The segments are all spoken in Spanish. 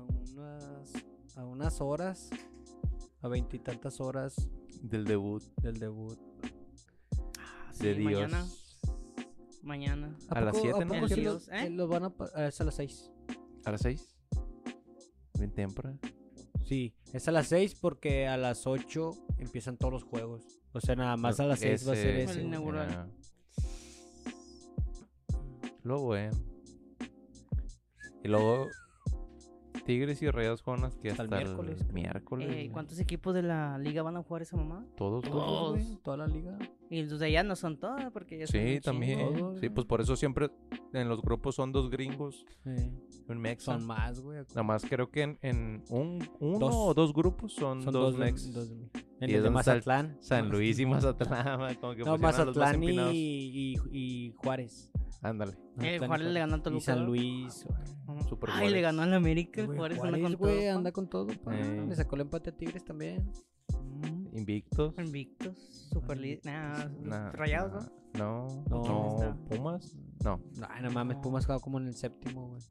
unas, a unas horas, a veintitantas horas Del debut. del debut. Ah, de sí, Mañana. Dios. Mañana. Eh, A las poco- siete, ¿a ¿no? poco sí El los, Dios, ¿eh? eh, los van a... pa- Es a las seis. ¿A las 6? Bien temprano. Sí, es a las 6 porque a las 8 empiezan todos los juegos. O sea, nada más a las 6 va a ser Ese, ese. El güey. inaugural. Lo bueno. eh. Y luego Tigres y Rayos Jonas que hasta, Hasta el miércoles, el creo. miércoles. Eh, güey. ¿Cuántos equipos de la liga van a jugar esa mamá? Todos, todos. Todos, Todos. güey, Toda la liga. Y los de allá no son todos, porque ya son un Sí, chingo. también. todos, Sí, güey. pues por eso siempre en los grupos son dos gringos, Eh, un mexa. Son más, güey. Nada más creo que en, en un, uno Dos. o dos grupos son, Son dos, dos, de- mexas. dos de- Y En el de es donde está el Mazatlán. San Luis y Mazatlán, güey, como que No, pusieron a los más Mazatlán empinados. y, y- y Juárez. Ándale. Eh, Mazatlán y Juárez le ganó a Y Toluca. San ¿no? Luis. güey. Super Ay, Juárez. le ganó al América. El Güey, Juárez, anda Juárez, con güey, todo, anda con todo. pa. Eh. Le sacó el empate a Tigres también. Invictos. pa. Invictos, super líder. Nah, Nah, rayados, ¿no? nah. No, No, ¿quién no, está? Pumas. No, Ay, no mames, No. Pumas quedó como en el séptimo, güey.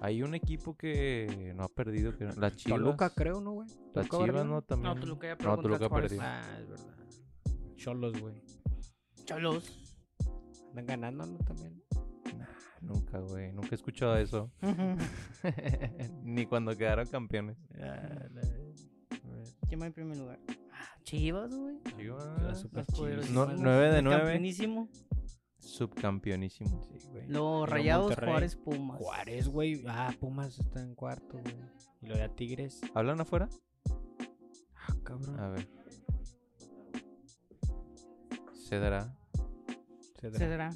hay un equipo que no ha perdido. Que... La Chivas. Toluca, creo, ¿no, güey? La Toluca, Chivas ¿verdad? no también. No, Toluca ya No, perdió contra Toluca Juárez. perdió. Ah, es verdad. Cholos, güey. Cholos. Andan ganando, ¿no? También. Nunca, güey. Nunca he escuchado eso. Ni cuando quedaron campeones. Ah, ¿Quién va en primer lugar? Ah, Chivas, güey. Chivas. Super Las poderosísimas. No- nueve de nueve. Campeonísimo. Subcampeonísimo. Luego, Luego Rayados, Monterrey. Juárez, Pumas. Juárez, güey. Ah, Pumas está en cuarto, güey. Y lo de Tigres. ¿Hablan afuera? Ah, cabrón. A ver. Se dará. Cedra.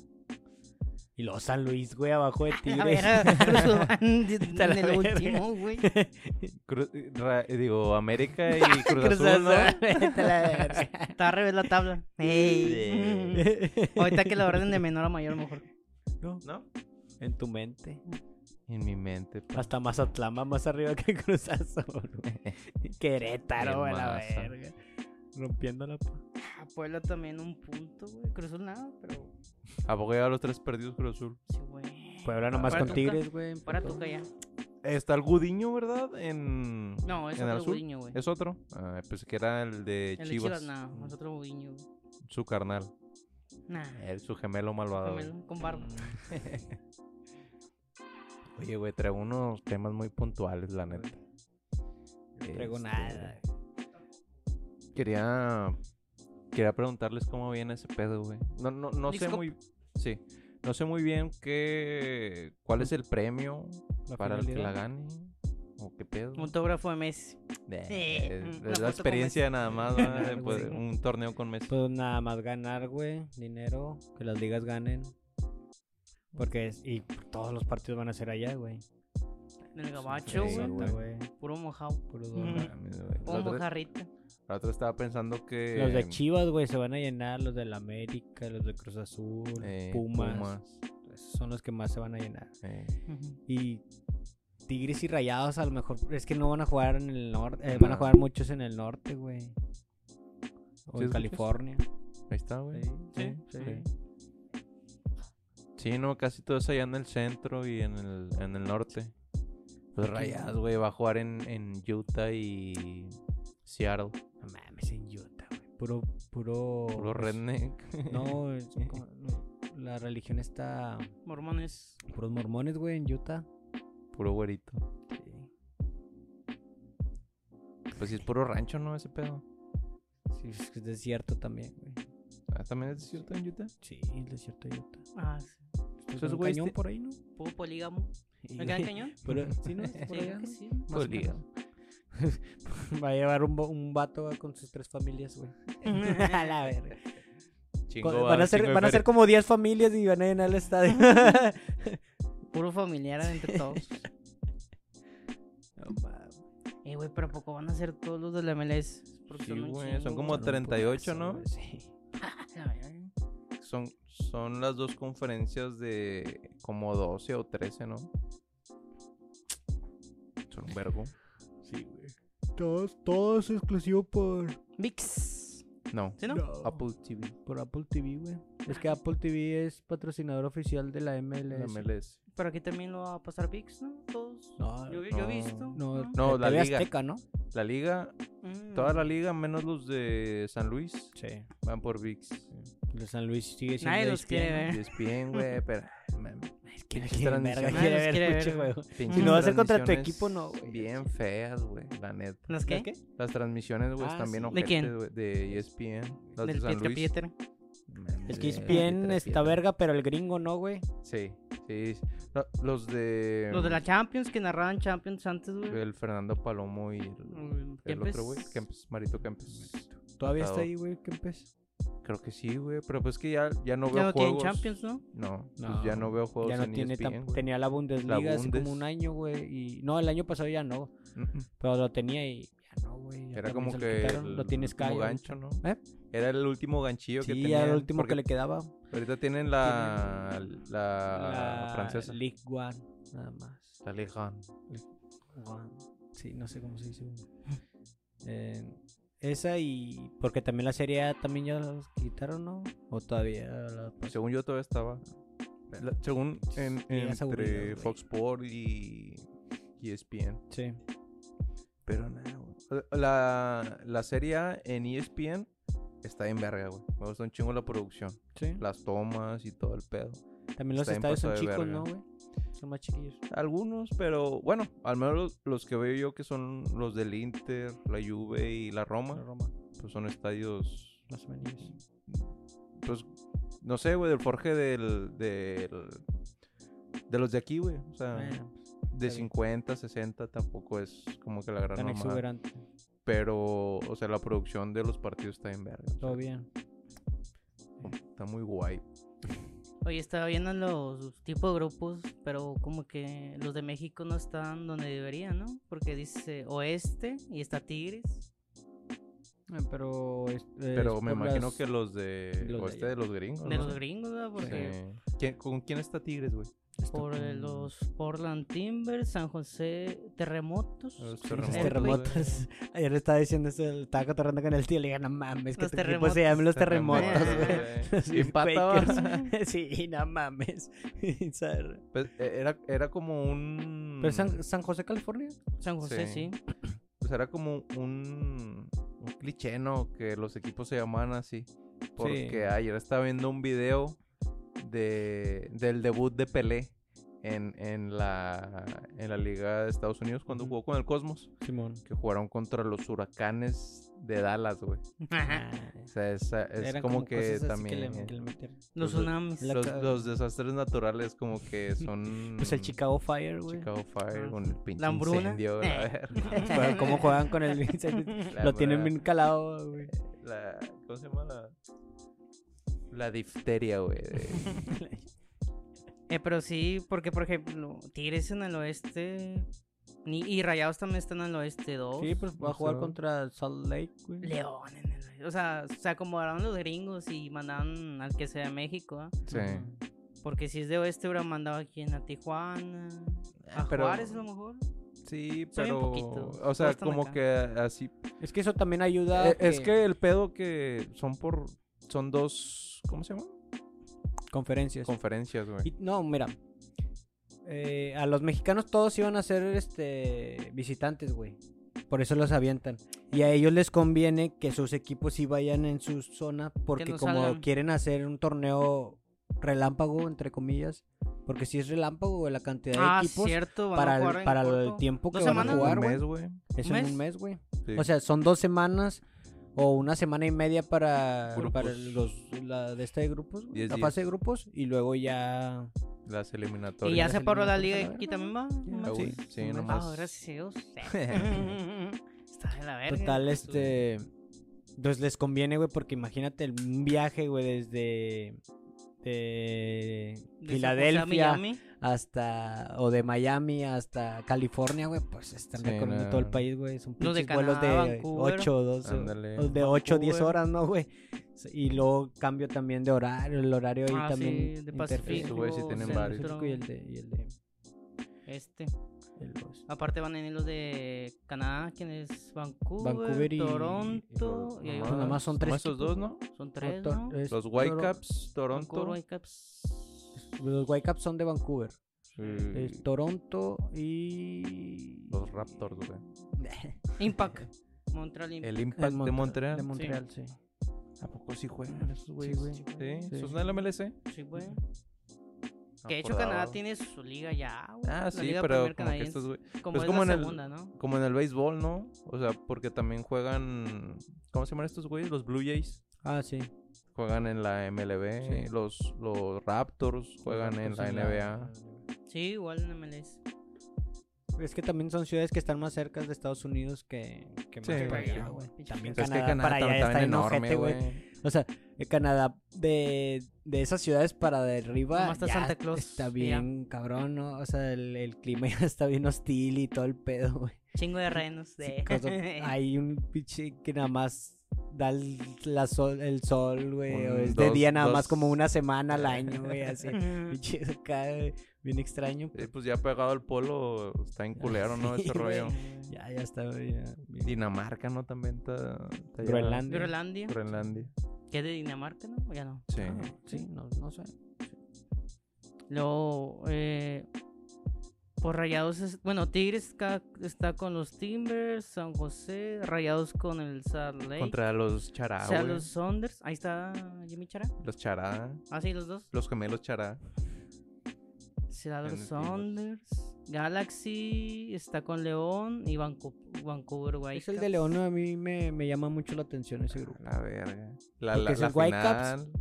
Y los San Luis, güey, abajo de A Tigres. ver, a ver, la en el verga. último, güey. Cru- Ra- digo, América y Cruz Azul, ¿no? Vete a la verga. Está al revés la tabla. Ey. Ahorita que la orden de menor a mayor, mejor. No, ¿No? En tu mente. En mi mente. pa. Hasta Mazatlán va más arriba que Cruz Azul, güey. Querétaro, Bien güey, la maza. verga. Rompiéndola. pa. A Puebla también un punto, güey. Cruzó nada, pero. ¿A poco ya los tres perdidos Cruz Azul? Sí, güey. Puebla nomás Para con Tuca. Tigres, güey. Para empató. tu ya. Está el Gudiño, ¿verdad? En... No, es ¿En el otro azul? Gudiño, güey. ¿Es otro? Ah, pensé que era el de El de Chivas. Chivas, no. Es otro Gudiño, güey. Su carnal. Nah. Él, su gemelo malvado. güey. Con barba. Oye, güey, traigo unos temas muy puntuales, la neta. No traigo Este, nada. Quería... Quería preguntarles cómo viene ese pedo, güey. No, no, no sé Disco- muy... Sí. No sé muy bien qué... ¿Cuál es el premio La para el que la finalidad. gane? ¿O qué pedo? Autógrafo de Messi. Eh, Sí, eh, mm, es una la foto con experiencia nada más, ¿no? Algo De poder- así. un torneo con Messi. Pues nada más ganar, güey. Dinero, que las ligas ganen. Porque es- y todos los partidos van a ser allá, güey. En el gabacho, Sí, güey. Exacto, güey. Puro mojado. Puro Mm. dólar. Mames, güey. Ah, La O otra, mojarrita. la otra estaba pensando que Los de Chivas, güey, se van a llenar. Los del América, los de Cruz Azul, eh, Pumas. Esos son los que más se van a llenar. eh, Ujú. Y Tigres y Rayados, a lo mejor. Es que no van a jugar en el norte. eh, van a jugar muchos en el norte, güey. O ¿Sí en escuchas? California. ahí está, güey. Sí, sí, Sí, no, casi todo es allá en el centro y en el, en el norte. Los Rayados, güey, va a jugar en, en Utah y Seattle. No mames, en Utah, güey. Puro, puro. Puro pues, redneck. No, es como- no, la religión está Mormones. puros mormones, güey, en Utah. Puro güerito. Pues sí, es puro rancho, ¿no? Ese pedo. Sí, es que es desierto también, güey. Ah, ¿También es cierto en Utah? Sí, el desierto de Utah. Ah, sí. Pues Esos un güeyes cañón te- por ahí, ¿no? Puro polígamo. ¿Me quedan cañón? Pero, sí, no, es Sí, por creo allá, que ¿no? sí. Más o Bolívar. Va a llevar un, bo- un vato güey, con sus tres familias, güey. a la verga. Chingo, Con- va, van a chingo ser, de van a feria. ser como 10 familias y van a llenar el estadio. Puro familiar entre todos. No mames. Eh, güey, pero ¿a poco van a ser todos los de la MLS. Porque Sí, un güey, son chingo, como güey. 38, Son un ¿no? putazo, güey, Sí. La verga. Son, son las dos conferencias de como 12 o 13, ¿no? Son un vergo. Sí, güey. Todos, todos exclusivo por, VIX. No. ¿Sí, no? No. Apple TV. por Apple TV, güey. Es que Apple TV es patrocinador oficial de la MLS. La MLS. Pero aquí también lo va a pasar VIX, ¿no? Todos. No, yo, yo no. he visto. No, No, la TV liga. Azteca, ¿no? La liga, Mm. toda la liga, menos los de San Luis, Sí. van por VIX. Los San Luis sigue siendo. Nadie los ESPN. quiere ver. Y es bien, güey, pero... ay, mami, Es que no Pinches quieren verga, transmisiones. quiere Nadie los ver quiere pinche ver, juego. pinches Si no va a ser contra tu transmisiones equipo, no, güey. Bien feas, güey, la neta. ¿Las qué? ¿Sabes qué? Las transmisiones, güey, Ah, están bien sí. ¿De quién? ojetes, güey, De E ESPN. Las de Del San Pietra Luis. Pietra. Mames, Es que E de ESPN Pietra está Pietra. verga, pero el gringo no, güey. Sí, sí. sí. No, los de... Los de la Champions que narraban Champions antes, güey. El Fernando Palomo y el, Mm, el Kempes. otro, güey. Kempes, Marito Kempes. Todavía está Matador. ahí, güey, ¿Qué empezó? Creo que sí, güey. Pero pues que ya, ya no Ya veo no tienen juegos. Champions, ¿no? No, No, pues ya no veo juegos Ya no en E tiene ESPN, tan- güey. Tenía la Bundesliga hace Bundes. como un año, güey. Y... No, el año pasado ya no. Ujú. Pero lo tenía y ya no, güey. ya Era también como se que quitaron, el lo tienes último caído. gancho, ¿no? ¿Eh? Era el último ganchillo que Sí, tenía. era el último que le quedaba. Ahorita tienen la, la, La francesa. League One, nada más. La Liga. One. Sí, no sé cómo se dice. güey. Eh, esa y. Porque también la serie A también ya la quitaron, ¿no? O todavía. la- Según yo todavía estaba. La- según en- Ligas aburridas, entre güey. Fox Sports y y E ESPN. Sí. Pero nada, güey. La, la serie A en E ESPN está en verga, güey. Me gusta un chingo la producción. Sí. Las tomas y todo el pedo. También los está bien estadios son pasado de chicos, verga. ¿no, güey? Son más chiquillos. Algunos, pero bueno, al menos los, los que veo yo que son los del Inter, la Juve y la Roma. La Roma, Pues son estadios. más o menos. Pues no sé, güey, del Forge del. del de los de aquí, güey. O sea, Bueno, de está bien. 50, 60 tampoco es como que la gran Tan mamada. exuberante. Pero, o sea, la producción de los partidos está en verga. o sea, Todo bien. Está muy guay. Oye, estaba viendo los tipos de grupos, pero como que los de México no están donde deberían, ¿no? Porque dice oeste y está Tigres. Ah, Pero. Pero me imagino que los de. los Este, de oeste allá. de los gringos. De ¿no? los gringos, eh. ¿no? Porque Sí. ¿Quién- ¿Con quién está Tigres, güey? por eh, los Portland Timbers, San José Terremotos. Los Los güey. terremotos. Ayer le estaba diciendo eso, estaba cotorrando con el tío. Le dije, no mames, que Los tu equipo se llama los terremotos, Terremotos, güey. Los güey. Empata, Quakers. va. sí, no mames. ¿Sabes? Pues, eh, era, era como un. ¿Pero San, San José, California? San José, Sí. sí. pues, era como un, un cliché, ¿no? Que los equipos se llamaban así. Porque Sí. ayer estaba viendo un video de, del debut de Pelé en, en, la, en la Liga de Estados Unidos cuando Ujú. jugó con el Cosmos. Simón. Que jugaron contra los huracanes de Dallas, güey. O sea, esa- es como, que también... Mm. Los Los- tsunamis. la los, ca- los desastres naturales como que son... Pues el Chicago Fire, güey. Chicago Fire con el pinche La hambruna. incendio, güey, a ver. Pero ¿Cómo juegan con el Vincent? La Lo tienen verdad. bien calado, güey. La, ¿Cómo se llama la...? La difteria, güey. de- Eh, pero sí, porque por ejemplo, Tigres en el oeste ni- y Rayados también están en el oeste 2. Sí, pues va a No jugar sé. contra Salt Lake, güey. León en el oeste. O sea, se acomodaron los gringos y mandaron al que sea de México. ¿ah? Sí. Ujú. Porque si es de oeste, hubieran mandado a quien a Tijuana. Eh, A pero- Juárez a lo mejor. Sí, Son bien pero... poquitos, O todos sea, están como acá. que así... Es que eso también ayuda. Eh, Es que el pedo que son por... Son dos... ¿Cómo se llama? Conferencias. Conferencias, güey. Y- no, mira. eh, a los mexicanos todos iban a ser este visitantes, güey. Por eso los avientan. Y a ellos les conviene que sus equipos sí vayan en su zona. Porque no como salgan. quieren hacer un torneo relámpago, entre comillas. Porque si es relámpago, güey, la cantidad de Ah, equipos cierto. van a para, jugar el, en para el corto. tiempo que ¿Dos van a semanas? jugar, Un güey. mes, güey. Es ¿Un en mes? un mes, güey. Sí. O sea, son dos semanas o una semana y media para, para Grupos. los, la de este de grupos, güey, Diez la días. fase de grupos, y luego ya Las Y ya eliminatorias. las se paró la liga eliminatorias a la aquí también va. Ah, No güey, sí, Sí, un mes. nomás. Ah, gracias a Dios. Está de la verga. total, pues, este. Pues les conviene, güey, porque imagínate el- un viaje, güey, desde. de de San José a Filadelfia Miami. hasta. o de Miami hasta California, güey, pues están Sí, recorriendo no. todo el país, güey. Son Los de pinches vuelos Canadá, de Vancouver. 8, 12. Ándale. o De 8, 10 Vancouver. horas, ¿no, güey? Y luego cambio también de horario, el horario ahí Ah, también. sí, de interfiere. Eso, Pacífico. güey, sí tienen El varios. Pacífico Centro, Y el de, y el de- Este. de los- Aparte van en los de Canadá, quienes Vancouver, Vancouver y- Toronto y, y hay los- Pues otro- nada más son tres. esos equipos, eh, dos, ¿no? son tres, Tor- ¿no? es Los Toro- Whitecaps, Vancouver Toronto. Whitecaps. Los Whitecaps son de Vancouver. eh, Es Toronto y. Los Raptors, güey. Impact. Montreal Impact. El Impact de Mont- Montreal. De Montreal, sí. ¿A poco sí juegan esos güeyes, sí, güey? sí Sí, juegan. Sí. ¿Eso es una MLC? Sí, güey. No que de hecho acordaba. Canadá tiene su liga ya, güey. Ah, La sí, liga pero Premier como que canadiense, estos, güey. como pues es como la en el- segunda, ¿no? Como en el béisbol, ¿no? O sea, porque también juegan. ¿Cómo se llaman estos güeyes? Los Blue Jays. Ah, sí. Juegan en la MLB. Sí. Los, los Raptors juegan en la Entonces, NBA. Sí, igual en MLS. Es que también son ciudades que están más cerca de Estados Unidos que, que más Sí, para güey. allá, güey. También O sea, Canadá, para allá también está enorme, güey. O sea, eh, Canadá de, de esas ciudades para de arriba Nomás está ya Santa Claus está y ya. bien cabrón, ¿no? O sea, el, el clima ya está bien hostil y todo el pedo, güey. Chingo de renos. Sí, De... cosa- hay un pinche que nada más da el, la sol, el sol, güey. o Un- es de dos- día nada más dos- como una semana al año, güey. Así. Pinche acá, güey, bien extraño. Eh, pues ya pegado al polo, está en culero, ¿no? Sí, Ese güey. rollo. Ya, ya está, güey. ya, bien. Dinamarca, ¿no? También está. está allá. Groenlandia. Groenlandia, Groenlandia. que es de Dinamarca, ¿no? O Ya no. Sí. Ah, sí, no, no sé. Luego, eh, por Rayados, es- bueno, Tigres ca- está con los Timbers, San José, Rayados con el Salt Lake, Contra los Chará, o sea, güey. los Saunders, ahí está Jimmy Chara, Los Chará. ah, sí, los dos, Los gemelos Chará. será en los el Timbers. Saunders, Galaxy está con León y Vanco- Vancouver, güey. Es el de León, a mí me, me llama mucho la atención ese grupo. La verga. La, Porque la, es la el Whitecaps. final.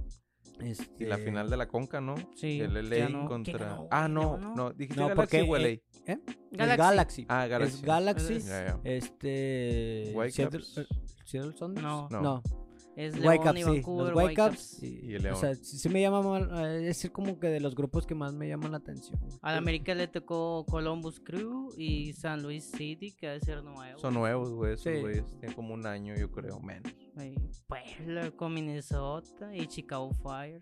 Este, Y la final de la Conca, ¿no? Sí, El que LA ganó- que contra. ganó, ah, güey, no, ganó. no. Dijiste No, Galaxy porque, o LA. eh, el Galaxy. Galaxy. ah, Es Galaxy. Galaxy. Es- Ya, ya. Este. Seattle, Whitecaps. eh, Seattle Sounders. No, No. No, es León y Whitecaps, sí. Vancouver, Los Whitecaps. Whitecaps. Y el O sea, León. sí, sí me llama mal, eh, Es como que de los grupos que más me llaman la atención. güey. Al América le tocó Columbus Crew y San Luis City, que ha de ser nuevo. Son nuevos, güey. Esos Sí. güeyes tienen como un año, yo creo, menos. Ahí, Puebla con Minnesota y Chicago Fire.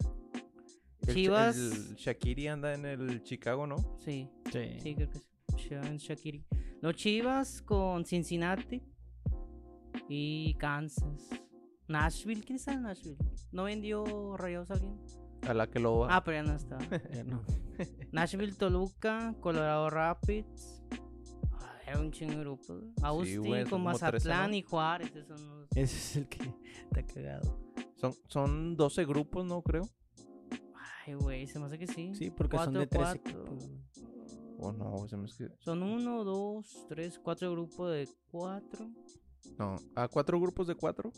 El- Chivas. El Shakiri anda en el Chicago, ¿no? Sí, Sí. sí, creo que sí. Sha- Shakiri. Los Chivas con Cincinnati y Kansas. Nashville, ¿quién está en Nashville? ¿No vendió Rayados a alguien? A la que lo va. Ah, pero ya no está. Ya no. Nashville, Toluca, Colorado Rapids. Ah, Era un chingo de grupos. Agustín güey, son con como trece, Mazatlán ¿no? y Juárez. Esos son los- Ese es el que está cagado. Son, son 12 grupos, ¿no? Creo. Ay, güey, se me hace que sí. Sí, porque son de tres Cuatro, cuatro. equipos. güey. O no, se me es que. Son uno, dos, tres, cuatro grupos de cuatro. No. ¿A cuatro grupos de cuatro?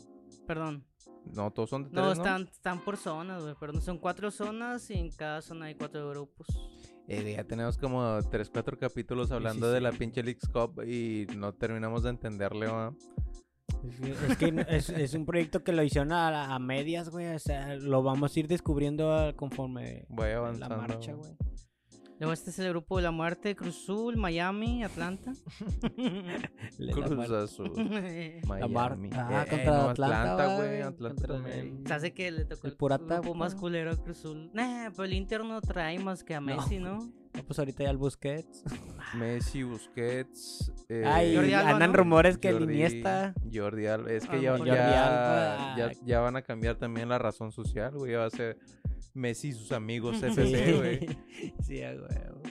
Perdón. No, todos son de tres. No, No, están, están por zonas, güey. Perdón, son cuatro zonas y en cada zona hay cuatro grupos. Eh, ya tenemos como 3, 4 capítulos hablando de la pinche Leagues Cup y no terminamos de entenderle, ¿va? Es que- Es que no- es, es un proyecto que lo hicieron a, la- a medias, güey. O sea, lo vamos a ir descubriendo a- conforme Voy la avanzando. marcha, güey. Luego este es el grupo de la muerte, Cruzul, Miami, Atlanta. La- la Cruz mar- Azul. Se La mar- Miami. Ah, Eh, contra no, Atlanta, güey. güey, Atlanta contra también. el- hace que le tocó El el, Purata, grupo más ¿no? culero a Cruzul. Nah, pero el Inter no trae más que a Messi, ¿no? No, pues ahorita ya el Busquets. Messi, Busquets. eh, Ay, Jordi Alba, andan ¿no? rumores que el Jordi- Iniesta. Jordi Alba. Es que Ah, ya, Jordi ya, Alba. ya, ya van a cambiar también la razón social, güey. Ya va a ser Messi y sus amigos FC, güey. Sí, sí, a huevo.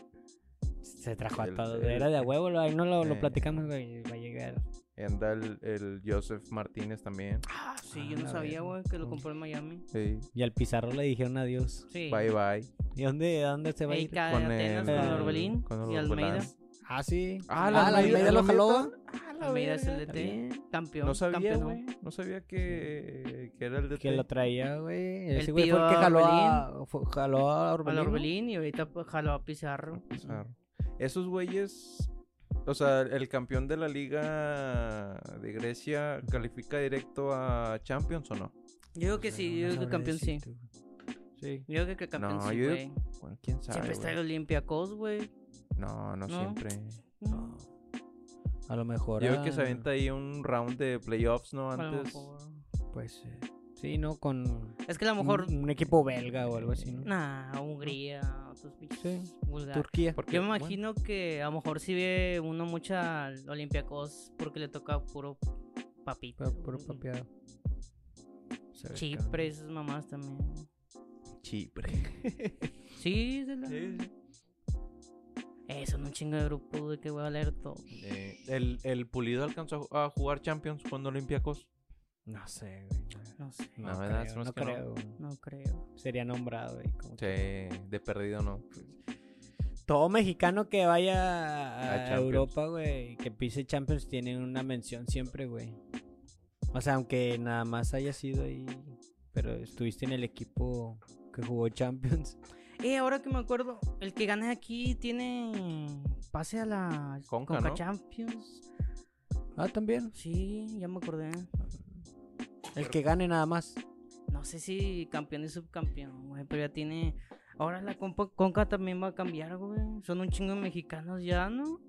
Se trajo a El- todos. el- Era de a huevo, lo- ahí no lo, lo Eh. platicamos, güey. Va a llegar. Anda el, el Joseph Martínez también. Ah, sí, Ah, yo no la sabía, verga. güey, que lo compró en Miami. Sí. Y al Pizarro le dijeron adiós. Sí. Bye, bye. ¿Y dónde, a dónde se va a Ey, ir? ca- Con Atenas, el- con el Orbelín con el y Almeida. Orbelán. Ah, sí. Ah, la, la la Almeida, Almeida lo ¿la jaló. Almeida es el verga, DT, campeón. No sabía, campeón, güey. No sabía que, que era el de Que lo traía, güey. Ese El güey fue pío el que a jaló a, fue- jaló a Al Orbelín. ¿no? Orbelín y ahorita pues, jaló a mm, Pizarro. Pizarro. Esos güeyes, o sea, el campeón de la liga de Grecia califica directo a Champions o no? Yo digo que No sí, yo digo que sabría campeón sí. decirte, güey. Sí. Yo digo que campeón No, sí, yo güey. digo- Bueno, quién sabe. Siempre está el güey. Olympiacos, güey. No, no, ¿No? siempre. No. A lo mejor. Yo creo que se ah, avienta ahí un round de playoffs, ¿no? A lo Antes. mejor. Pues eh, Sí, ¿no? Con Es que a lo un- mejor. un, equipo belga o algo así, ¿no? Nah, Hungría, otros pinches Sí, vulgares. Turquía. Porque, Yo me bueno, imagino que a lo mejor si ve uno mucha al Olympiacos porque le toca puro papito. pa- Mm. Puro papeado. Se ve Chipre, esas mamás también. Chipre. Sí, se la- Eh, son un chingo de grupo de que voy a leer todo. Eh, el, el Pulido alcanzó a ju- a jugar Champions cuando Olympiacos. No sé, güey. No sé, No, La no verdad, creo, se me hace no que no. creo. no creo. Sería nombrado ahí como Sí, que- de perdido no. Todo mexicano que A vaya a Champions. Europa, güey, que pise Champions tiene una mención siempre, güey. O sea, aunque nada más haya sido ahí, pero estuviste en el equipo que jugó Champions. Eh, ahora que me acuerdo, el que gane aquí tiene pase a la Conca, ¿no? Champions. Ah, también. Sí, ya me acordé. El que gane nada más. No sé si campeón y subcampeón, güey, pero ya tiene. Ahora la compa- Conca también va a cambiar, güey. Son un chingo de mexicanos ya, ¿no?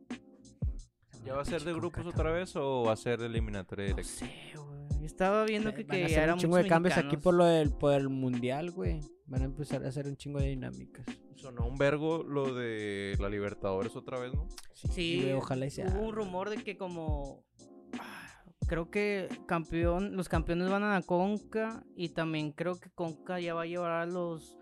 ¿Ya va a ser de Pinche grupos Concacaf. otra vez o va a ser de eliminatoria No directa? sé, güey. Estaba viendo que, Pues Van que a hacer era un chingo de cambios aquí por lo del por el mundial, güey. Van a empezar a hacer un chingo de dinámicas. Sonó un vergo lo de la Libertadores otra vez, ¿no? Sí, güey, ojalá y sea. hubo un rumor de que como... ah, Creo que campeón, los campeones van a la Conca y también creo que Conca ya va a llevar a los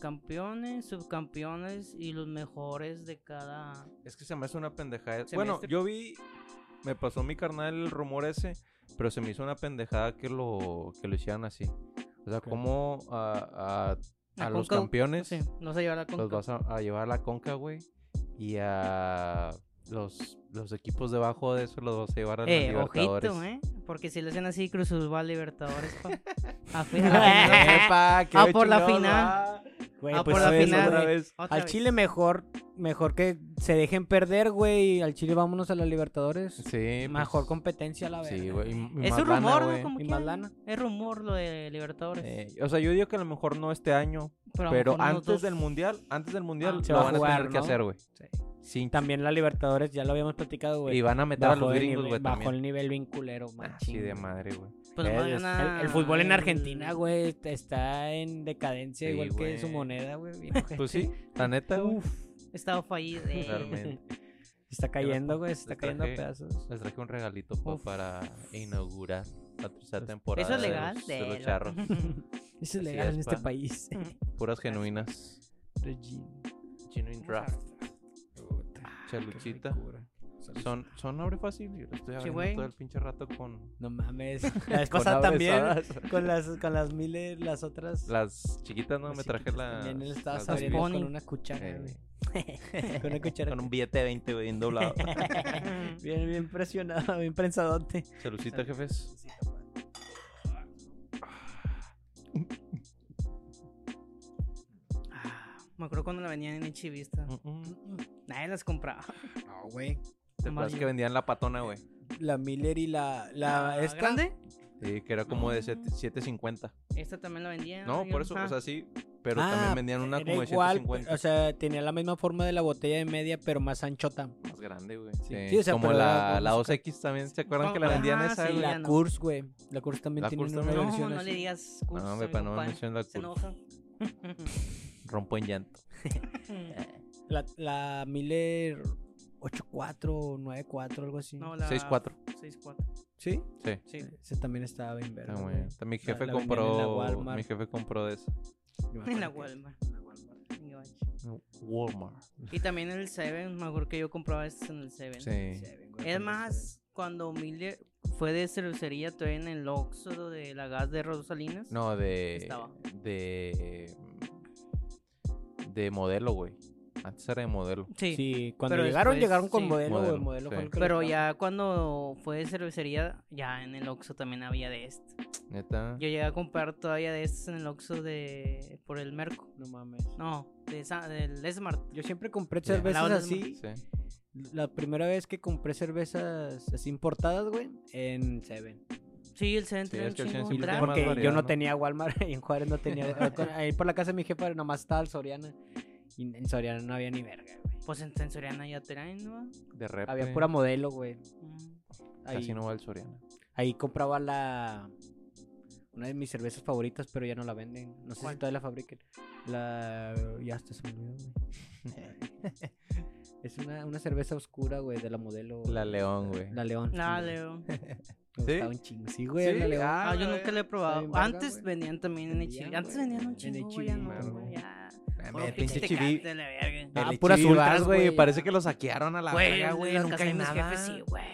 campeones, subcampeones y los mejores de cada... Es que se me hace una pendejada. Se me bueno, hace- yo vi, me pasó mi carnal el rumor ese, pero se me hizo una pendejada que lo, que lo hicieran así. O sea, Ok. como a, a- La a los Conca- campeones Sí, los va a llevar a la los Conca. vas a, a llevar a la conca, güey, y a los, los equipos debajo de eso los vas a llevar a la Eh, Libertadores. ojito, ¿eh? Porque si le hacen así, Cruz Azul va a Libertadores, pa. A fe- a final. Epa, qué Ah, por la chingados, final. va. Güey, Ah, pues por la eso, final. güey. Otra vez. Otra Al vez. Chile mejor, mejor que se dejen perder, güey. y Al Chile vámonos a la Libertadores. Sí, mejor pues, competencia, la verdad. Sí, güey. y- y Es más un lana, rumor, ¿no? güey. Como Y quiera. más lana. Es rumor lo de Libertadores. Eh, o sea, yo digo que a lo mejor no este año, a Pero lo mejor unos antes del dos- pues, mundial, antes del mundial, Ah, se lo va a van a jugar, tener que ¿no? hacer, güey. Sí. Sin También la Libertadores, ya lo habíamos platicado, güey. y van a meter a Bajo los el gringos, nivel- güey, bajo también. el nivel vinculero, Así machín. de güey. madre, güey. Pues Eh, más es- gana El, el fútbol en el- Argentina, güey, t- está en decadencia Sí, igual güey. que su moneda, güey. bien ojete. Pues sí, la neta, güey. Estado fallido. eh. Realmente. Está cayendo, güey, se está Les cayendo a traje- pedazos. Les traje un regalito pa- Uf. para inaugurar la tercera temporada. Eso es de legal. los- De los, de- charros. Eso es Así legal es, en este pa. país. Puras genuinas. Regina. Genuine draft. Ah, Chaluchita. Son, son abre fácil. Yo lo estoy Sí, abriendo güey. todo el pinche rato con. No mames. La vez con pasada también. abresadas. Con las, con las miles, las otras. Las chiquitas, no, las me traje chiquitas la. También él estaba las abriendo sabiendo Biblia. Pony. con una cuchara, Eh, güey. Con una cuchara. Con un billete de 20, güey, bien doblado. Bien, bien presionado, bien prensadote. Salucita, jefes. Ah, Me acuerdo cuando la venían en Mm, Ichivista. Nadie las compraba. No, güey. ¿Te Nomás acuerdas que yo. vendían la patona, güey? La Miller y la. ¿La Ah, la esta. grande? Sí, que era como de siete- Ah. 7.50. Esta también la vendían. No, por eso, ajá. o sea, sí, pero Ah, también vendían una era como de igual, 7.50. O sea, tenía la misma forma de la botella de media, pero más anchota. Más grande, güey. Sí. Sí, Sí, o sea, como pero la, era- la 2X también, ¿se acuerdan que la Ajá, vendían esa, sí, güey? la no. Curse, güey. La Curse también La tiene Curse una también. No, versión no así. le digas curso. hombre, mi pa, no compadre. menciones la Se curso. enoja. Rompo en llanto. La, la Miller 84 o 94, algo así. No, la... 6.4. 6-4. ¿Sí. Sí. Sí. Ese también estaba bien verde. Está muy bien. También Mi La- jefe la vendían en la compró. Walmart. Mi jefe compró de esa. En la Walmart. En la Walmart. Walmart. Y también en el Seven, mejor que yo compraba estas en el Seven. Sí. Es más, cuando Miller fue de cervecería, todavía en el óxido de la gas de Rosalinas. No, de. Estaba. De. De modelo, güey. Antes era de modelo. Sí. Sí, cuando Pero llegaron, después, llegaron con sí. modelo, güey. Modelo, Modelo, sí. fue el que Pero lo- ya cuando fue de cervecería, ya en el Oxxo también había de este. Neta. Yo llegué a comprar todavía de estos en el Oxxo de... por el Merco. No mames. No, de Sa- del Smart. Yo siempre compré Ya. cervezas La otra- así. Sí. La primera vez que compré cervezas así importadas, güey, en Seven. Sí, el Seven Sí, tenía es que el un chingo Seven de siempre drama. tiene Porque variedad, yo no ¿no? tenía Walmart y en Juárez no tenía. eh, Ahí por la casa de mi jefa nomás estaba el Soriana. Y en Soriana no había ni verga, güey. Pues en en Soriana ya traen, ¿no? De rep. Había pura modelo, güey. Mm. Ahí, Casi no va el Soriana. ahí compraba la. Una de mis cervezas favoritas, pero ya no la venden. No sé ¿Cuál? si todavía la fabriquen. La. Ya hasta se me olvidó, güey. es una, una cerveza oscura, güey, de la modelo. La León, güey. La León. sí, Nada, güey. Leo. Me ¿Sí? gustaba un chingo. Sí, güey, ¿Sí? la León. Ah, Ah, yo güey. nunca le he Está probado. bien verga, Antes güey. venían también en Vendían, H&B. Antes güey, venían un en chingo, güey, ya H&B, no, claro. güey, ya. Mame, Puro el Eh, pinche pinche chiví. cate, la verga. Ah, el puras Chivi Vaz, ultras, güey. güey. Parece que lo saquearon a la Güey, verga, güey. las Nunca casas hay de mis nada. jefes, sí, güey.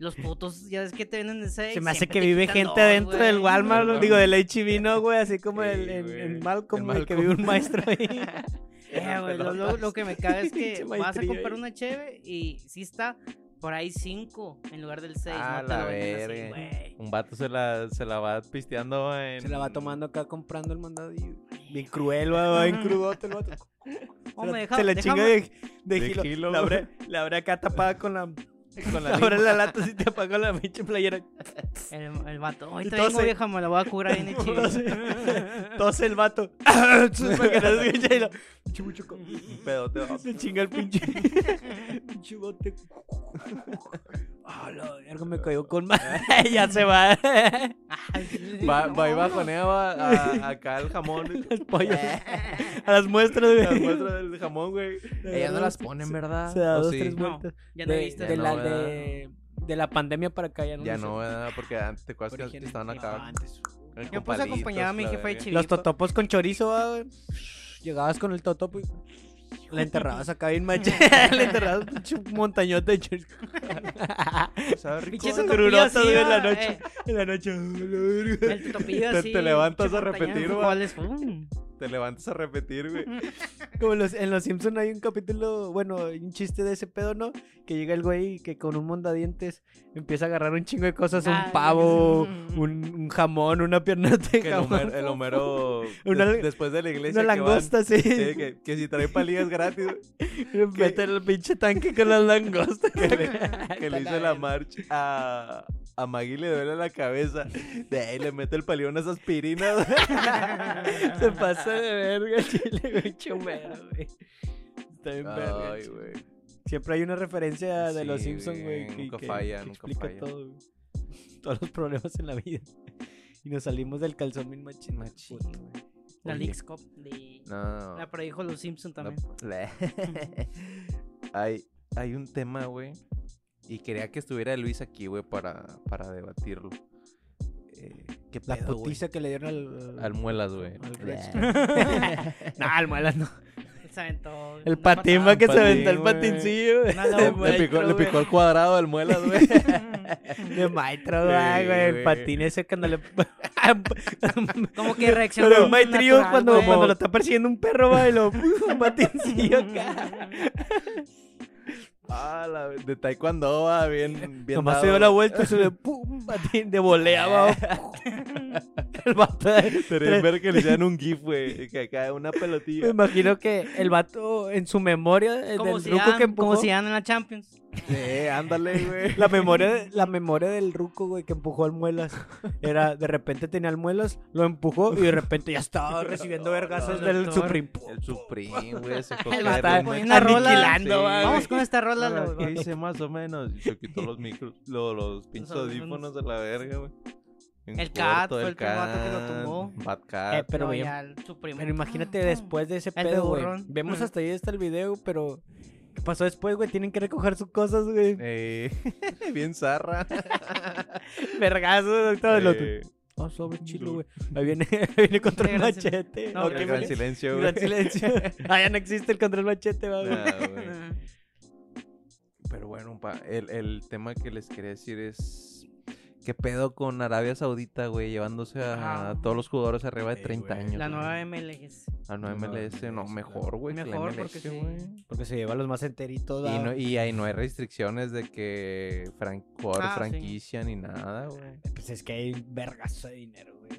Los putos, ya ves que te venden ese. Se me hace que vive gente adentro del Walmart, güey. digo, del HB, ¿no, güey? Así como el, Sí, en- güey. en Malcolm, El güey, que Malcolm. vive un maestro ahí. Eh, güey, lo, lo- lo que me caga es que Pinche vas a maestría comprar ahí. una cheve y sí está por ahí 5 en lugar del 6. Ah, no te la lo venden verga. así, güey. Un vato se la, se la va pisteando en... Se la va tomando acá comprando el mandado. y- Bien cruel, va, va, bien crudote el vato. Oh, Se la- me deja- se la déjame- chinga de, de De gilo. gilo, La güey. abre, la abre acá tapada con la. con la Abre lengua. la lata si te apaga la pinche playera. El, el vato, ahorita Entonces- vengo, vieja, me la voy a curar bien Entonces- HB. Tose el vato. Para que no se escuche y lo- Pinche buchoco. Un pedote. va. Se chinga el pinche. pinche bote. Ah, la verga me cayó con ma- ya se va. Va, va y bajonea va, a- acá el jamón. Las pollas. A las muestras, güey. Las muestras del jamón, güey. La Ellas no verdad, las se- ponen, se- ¿verdad? Se da ¿O dos, sí? tres No, vueltas. ya no he De- visto. de Ya la, no, de, de la pandemia para acá ya no. Ya lo no, hicieron. ¿verdad? Porque antes te acuerdas que Origen- antes estaban No, acá. antes. eh, Yo con puse a acompañar a mi palitos, jefa la de verga. chivipa. Los totopos con chorizo, va, güey. Llegabas con el totopo y la enterrabas acá bien maché. la enterrabas un pinche montañote de chorizo. ¿Sabe rico? Pinches Con grurotas, topillo así, güey, en la va, noche. eh. En la noche. El topillo Te- así, te levantas pinche a repetir, montaña, va. ¿cuáles? Mm. Te levantas a repetir, güey. Como los- en Los Simpsons hay un capítulo, bueno, hay un chiste de ese pedo, ¿no? Que llega el güey y que con un mondadientes empieza a agarrar un chingo de cosas, Ah, un pavo, mm. un, un jamón, una piernota de Que el jamón. Homero, el Homero des- Una- después de la iglesia. Una que van- langosta, sí. sí, que, que si trae palillas gratis, güey, Mete el pinche tanque con las langostas. que le, que le Está la hizo la marcha a, a Maggie le duele la cabeza. De ahí le mete el palillo unas aspirinas. Se pasa de verga el chile, güey, chumero, güey. Está bien verga. Ay, el chile. güey. Siempre hay una referencia de Sí, los Simpsons, güey. güey, Que, nunca que- falla, que nunca explica falla. todo, güey. Todos los problemas en la vida. Y nos salimos del calzón bien machín. Machín, puto. güey. La Oye. Leaks Cup de... No. La predijo los Simpson No, también. le- hay, hay un tema, güey. Y quería que estuviera Luis aquí, güey, para, para debatirlo. Eh, ¿Qué La pedo, güey? putiza que le dieron al... Al muelas, güey. al Le- Rex. no, al muelas no. Se aventó El una patín patada. va que se patín, aventó el güey. patincillo, güey. Una loca. De Le Le picó, maestro, le güey. picó al cuadrado al muelas, güey. De maestro, Sí, güey, güey, el güey. patín ese cuando le... Como que reaccionó. Pero un maestrío natural, cuando, güey. cuando lo está persiguiendo un perro, va, y lo... Un patincillo acá. Ah, la, de taekwondo, va, bien, bien Nomás dado, se dio la güey. vuelta y se le... Pum, patín de volea, va. El vato... Sería ver que le hicieran un gif, güey. Que acá una pelotilla. Me imagino que el vato en su memoria, eh, Como del si ruco que dan- como empujó, si dan en la Champions. Sí, ándale, güey. la memoria, de- la memoria del ruco, güey, que empujó al muelas, era de repente tenía al muelas, lo empujó y de repente ya estaba recibiendo vergazos no, del doctor. Supreme. El Supreme, güey, se El coquearon, vato güey. poniendo rola. Aniquilando, Sí. va, Vamos güey. con esta rola. Ah, lo- ¿Qué hice más o menos? Y se quitó los micros, lo- los pinches audífonos. audífonos de la verga, güey. En El Cat corto, fue el primer vato que lo Cat, tumbó. Bad Cat. Eh, pero, No, güey, ya, el- su Ah, primo. Pero imagínate después de ese El pedo, güey. beburrón. Vemos Ujú. hasta ahí está el video, pero ¿qué pasó después, güey? Tienen que recoger sus cosas, güey. Eh, bien zarra. Vergazos, todo el otro. Eh, Ah, sobre chilo, Lul. güey. Ahí viene, ahí viene contra el Gran silencio. machete. No, Ok, el qué gran güey. silencio, güey. Gran silencio. Ah, ya no existe el control machete, va, güey. Nah, güey. Ajá. Pero bueno, pa, el, el tema que les quería decir es... ¿Qué pedo con Arabia Saudita, güey? Llevándose a, Ah. todos los jugadores arriba de Sí, 30 güey. años. La güey. nueva MLS. A nueva Nueva MLS. No, MLS, mejor, güey. que la Mejor, MLS, porque sí. güey. Porque se lleva a los más enteritos, Y, va. no- y ahí no hay restricciones de que fran- jugadores Ah, sí. franquicia ni nada, güey. Pues es que hay un vergazo de dinero, güey.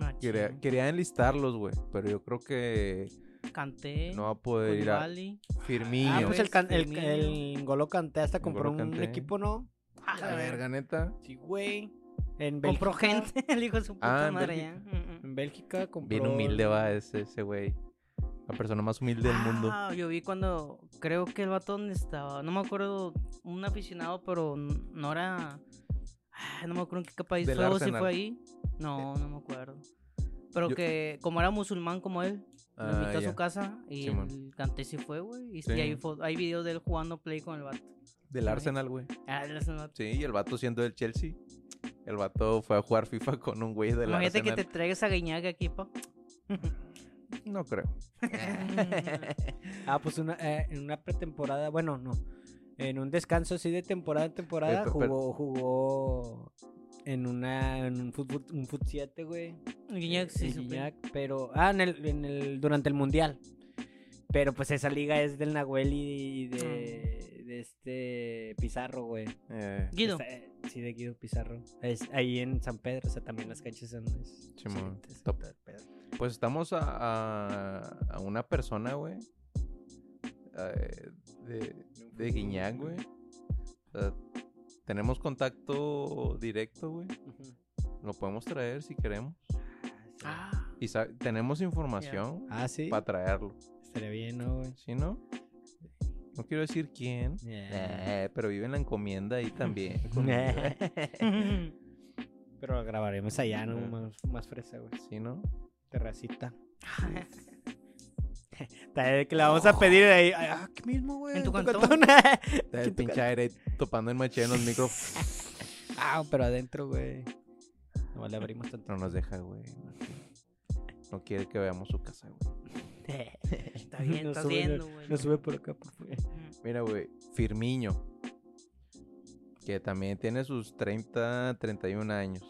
Ah, Quería, chido. quería enlistarlos, güey, pero yo creo que Canté. no va a poder Pues ir a Koulibaly. Firmino. Ah, Niño. pues el, can- el, Firmino. el N'Golo Kanté hasta compró N'Golo un Kanté. equipo, ¿no? Ah, la verga, neta. Sí, güey. En Bélgica. Compró gente. El hijo de su puta Ah, en madre. Bélgica. ya. Mm, mm. En Bélgica compró. Bien humilde va ese, ese güey. La persona más humilde del mundo. Ah, yo vi cuando creo que el vato donde estaba, no me acuerdo, un aficionado, pero n- no era, ah, no me acuerdo en qué país Del fue, o si Arsenal. fue ahí. No, no me acuerdo. Pero Yo- que como era musulmán como él, lo Ah, invitó a ya. su casa y Simón. el Kanté sí fue, güey. Y, Sí. y hay, fo- hay videos de él jugando play con el vato. Del Ay. Arsenal, güey. Ah, el Arsenal. Sí, y el vato siendo del Chelsea. El vato fue a jugar FIFA con un güey del Imagínate Arsenal. que te traigas a Guiñaga aquí, pa. No creo. Mm. Ah, pues una, eh, en una pretemporada, bueno, no. En un descanso así de temporada en temporada, pero- jugó, jugó en una en un fútbol, un fut 7, güey. Guiñaga sí, el supe. Guiñac, pero ah, en el, en el durante el mundial. Pero pues esa liga es del Nahuel y de, de este Pizarro, güey. Eh, Guido. Está- eh, sí, de Guido Pizarro. Es ahí en San Pedro, o sea, también las canchas son es- Simón. sí, es- Top. Pedro, Pedro. Pues estamos a, a- a una persona, güey. eh, De, de Guiñac, güey. O sea, tenemos contacto directo, güey. Ujú. Lo podemos traer si queremos. Ah, Ah, Y sa- tenemos información sí. para traerlo. Estaría bien, ¿no, güey? ¿Sí, no? No quiero decir quién. Yeah. Eh, pero vive en la encomienda ahí también. conmigo. Pero lo grabaremos allá, ¿no? Ujú. Más, más fresa, güey. ¿Sí, no? Terracita. Tal que la vamos a pedir de ahí. Ah, aquí mismo, güey. ¿En tu cantón. El pinche aire topando el machete en los micros. ah, pero adentro, güey. No le abrimos tanto. No nos deja, güey. No quiere que veamos su casa, güey. está bien, No está sube, viendo, güey. No sube por acá, por favor. Mira, güey, Firmiño. Que también tiene sus 30, 31 años.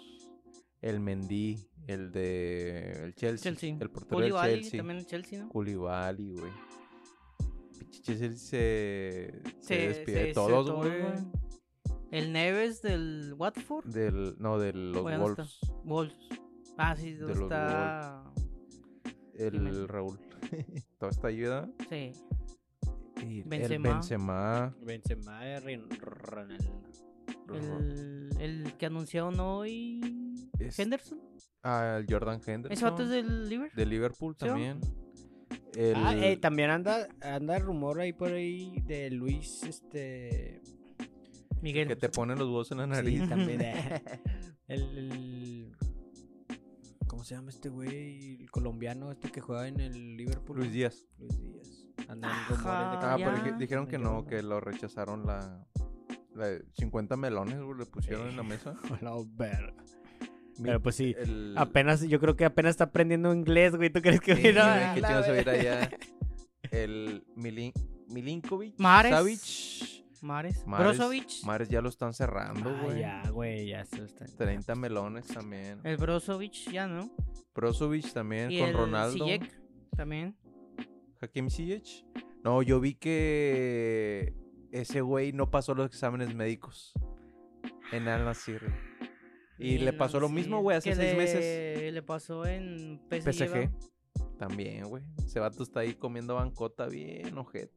El Mendy, el de el Chelsea, Chelsea. el portero Koulibaly, del Chelsea. también el Chelsea, ¿no? Koulibaly, güey. Pinche Chelsea se, se, Se- despide se- de se- todos, güey. El Neves del Watford. Del, no, de los Bueno, está. Wolves. Wolves. Ah, sí, De los está. El Jiménez. Raúl. Toda esta ayuda. Sí. Y Benzema. El Benzema. Benzema, Rin- Ronaldo. El, el que anunciaron hoy. Es- Henderson. Ah, el Jordan Henderson. Ese vato es del Liverpool. De Liverpool ¿Sí? también. El... Ah, eh, también anda, anda el rumor ahí por ahí de Luis, este... Miguel. Que te ponen los huevos en la nariz. Sí, también. eh. El, el- ¿Cómo se llama este güey? El colombiano, este que juega en el Liverpool. Luis Díaz. Luis Díaz. Andan rumores de que- Ah, Ah, pero ya. que- dijeron que no, Yo- que lo rechazaron la... la 50 melones, güey, le pusieron en la mesa. A la verga. Mi- Pero pues sí, el- apenas, yo creo que apenas está aprendiendo inglés, güey. ¿Tú crees que Sí, voy a ir a- güey, a qué la chingados se va a ir verga? allá. El Milin- Milinkovic. Mares. Savic. Mares. Mares- Brozovic. Mares ya lo están cerrando, Ah, güey. ya, güey, ya se lo están. 30 melones también. El Brozovic ya, ¿no? Brozovic también Y con el Ronaldo. Ziyech también. Hakim Ziyech. No, yo vi que ese güey no pasó los exámenes médicos en Al Nassr. Y le no pasó lo sé, mismo, güey, hace que seis le- meses. Le pasó en PSG. PSG. ¿va? También, güey. Ese vato está ahí comiendo bancota bien, ojete.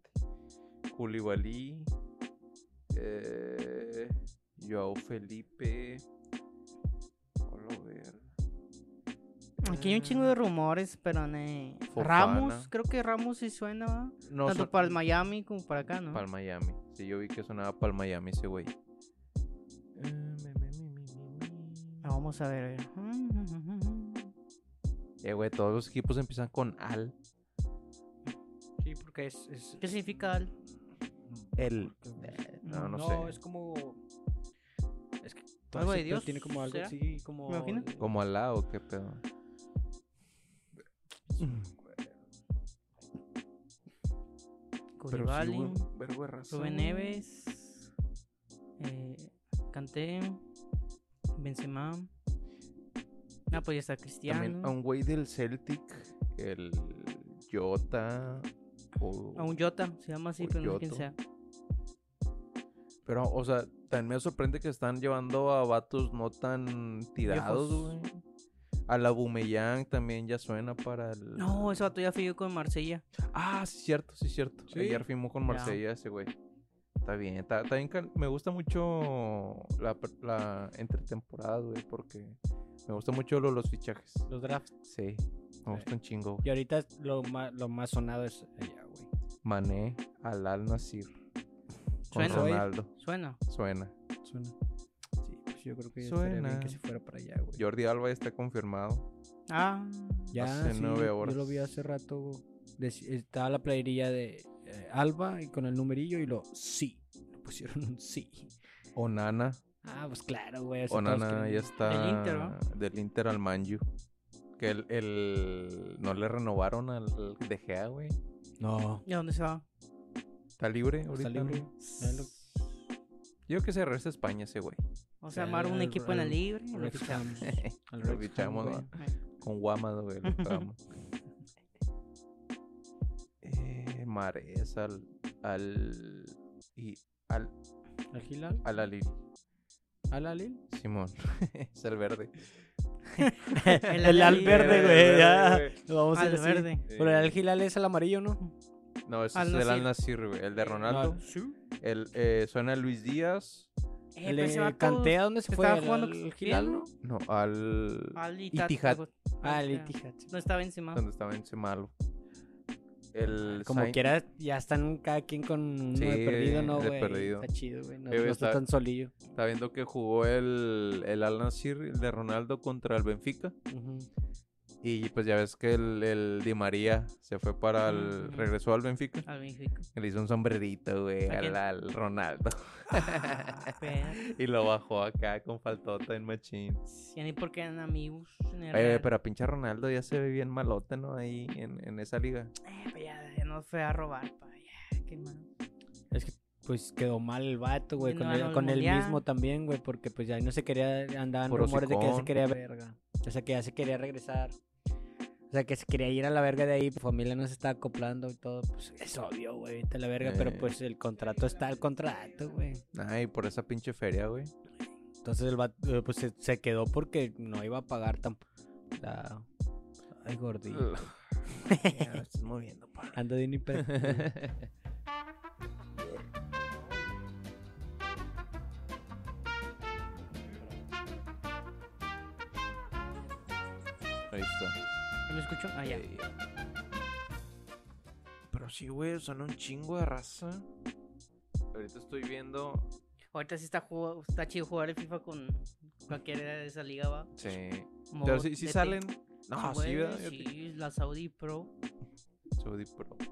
Koulibaly. Eh, Joao Felipe. Hola, ver. Aquí hay un chingo de rumores, pero ne- Fofana. Ramos, creo que Ramos sí suena, ¿va? No, tanto son- para el Miami como para acá, ¿no? Para el Miami. Sí, yo vi que sonaba para el Miami ese güey. Ah, Vamos a ver. eh. Eh, güey, todos los equipos empiezan con Al. Sí, porque es. es- ¿Qué significa eh, Al? El. Porque- No, no, no, sé. es como. Es que todo Algo ese de pedo Dios, Tiene como algo ¿será? así, como. ¿Me imagino? de- Como Alá o qué pedo. Koulibaly, vergo de razón. Pues Rubén Neves, eh, Kanté, Benzema. Ah, pues ya está También Cristiano. a un güey del Celtic, el Jota. O... A un Jota, se llama así, o pero no sé quién Yoto. sea. Pero, o sea, también me sorprende que están llevando a vatos no tan tirados, Viejos. güey. A la Bumeyang también ya suena para el. No, ese vato ya fijó con Marsella. Ah, sí, cierto, sí, cierto. Sí. Ayer firmó con Ya. Marsella ese güey. Está bien, está, está bien cal- Me gusta mucho la, per- la entretemporada, güey, porque me gusta mucho lo- los fichajes. Los drafts. Sí, me gusta un chingo. Y güey. ahorita es lo más, lo más sonado es allá, güey. Mané al Al Nasir. Con Suena. Ronaldo. Suena. Suena. Suena. Sí, pues yo creo que ya estaría bien Suena. que se fuera para allá, güey. Jordi Alba ya está confirmado. Ah, ya, hace sí, nueve Yo lo vi horas. hace rato. dec- Estaba la playerilla de eh, Alba y con el numerillo y lo sí. Le pusieron un sí. Onana. Ah, pues claro, güey. así todos Onana quieren- ya está Del Inter, ¿no? del Inter al Manju. Que el, el- no le renovaron al De Gea, güey. No. ¿y a dónde se va? Está libre ahorita. libre. güey. Ya lo- Yo que se regresa a España ese güey. O sea, Ya, armar un al- equipo en la al- libre. y Al lo Rex fichamos. Ham. Al Lo Rex Ham, fichamos, güey. ¿no? Con Guamado, güey. Lo pegamos. eh, Mares al. al. y. al. Al Hilal. al Alil. Al Alil. Simón. es el verde. El, Al Al Alil. verde, El güey. verde, ya. güey. Lo vamos a Al decir así. verde. Eh, Pero el Ah, Al Hilal es el amarillo, ¿no? No, ese Al es el Nassr. Al Nasir, güey. El de Ronaldo. Eh, No, sí. El, eh, suena Luis Díaz. Eh, El pero se va eh, a todos. Cantea, ¿dónde se fue? Estaba ¿Al- jugando al bien, Hilal, ¿no? ¿no? No, al. Al Itat- Itihad. algo- Ah, el algo así. Ittihad, sí. No estaba encima. Donde estaba encima algo. El Como Sain- quiera, ya están cada quien con uno Sí, de perdido, ¿no, de güey? perdido. Está chido, güey. No, Eh, güey, no está está- tan solillo. Está viendo que jugó el, el Al Nasir, el de Ronaldo, contra el Benfica. Ujú. Y pues ya ves que el, el Di María se fue para el. Ujú. regresó al Benfica. Al Benfica. Le hizo un sombrerito, güey, ¿A al, quién? al Ronaldo. Ah. Pero, y lo bajó acá con faltota en machín. Ya ni porque eran amigos. en el Oye, Real. pero a pinche Ronaldo ya se ve bien malota, ¿no? Ahí en, en esa liga. Eh, pues ya, ya nos fue a robar, pa. Ya, qué mal. Es que pues quedó mal el vato, güey, Y con, no ganó el, el con él mundial. mismo también, güey, porque pues ya no se quería, andaban Puro rumores de que ya se hocicón. quería verga. O sea, que ya se quería regresar. O sea, que se quería ir a la verga de ahí, tu familia no se está acoplando y todo. Pues es obvio, güey, vete a la verga, pero Eh. pues el contrato está el contrato, güey. Ay, por esa pinche feria, güey. Entonces el vato, eh, pues se, se quedó porque no iba a pagar tampoco. La... Ay, gordito. Ya lo estás moviendo, pa. Ando de un hiper- Ahí está. ¿Ya ¿Me escucho? Ah, ya. Ey. Pero sí, güey, son un chingo de raza. Ahorita estoy viendo. Ahorita sí está, jugado- está chido jugar el FIFA con cualquiera de esa liga, va. Sí. Como Pero sí, sí de salen. Play- No, güey, sí, ¿verdad? Yo te- Sí, la Saudi Pro. Saudi Pro. pues.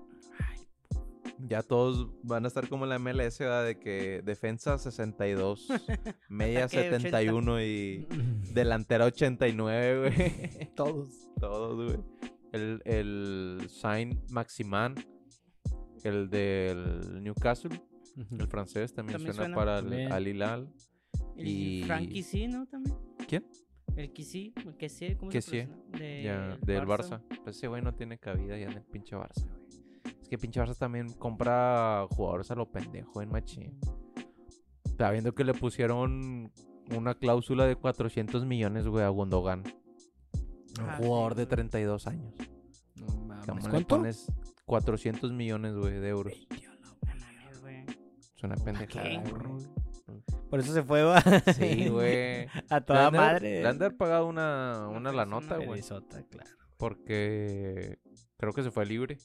Ya todos van a estar como en la MLS, ¿verdad? De que defensa 62, media Ataque 80. 71 y delantera 89, güey. Todos. Todos, güey. El, el Saint Maximan, el del Newcastle, el francés también, También suena, suena. para el También. Al Hilal. Y, Y- Frankie sí, ¿no? También. ¿Quién? El Kisi, el Kessie, ¿cómo se Kessie, pronuncia? De- Ya, del Barça. Pues ese güey no tiene cabida ya en el pinche Barça, güey. Es que pinche Barça también compra jugadores a lo pendejo en machín. Está viendo que le pusieron una cláusula de 400 millones, güey, a Gundogan. Un Ah, sí, jugador de güey. 32 años. No ¿Cómo mames. le ¿Cuánto? pones 400 millones, güey, de euros? No Ah, mames, güey. Es una pendejada, qué güey. Por eso se fue va. Sí, güey. a toda Le han de haber- madre. Le han de haber pagado una, Una una la nota, persona. güey. Minnesota, claro. Porque creo que se fue libre.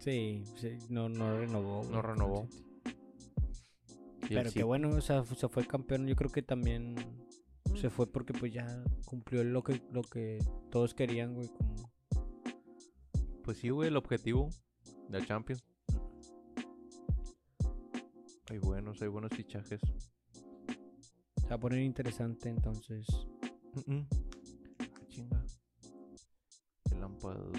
Sí, sí, no, no renovó. güey, No con el renovó. City. Y el Pero City- qué bueno, o sea, fu- se fue campeón. Yo creo que también se fue porque pues ya cumplió lo que, lo que todos querían, güey. Como... Pues sí, güey, el objetivo de la Champions. Hay buenos, hay buenos fichajes. Se va a poner interesante, entonces. Mm, mm. Ah, Chinga. El lampado.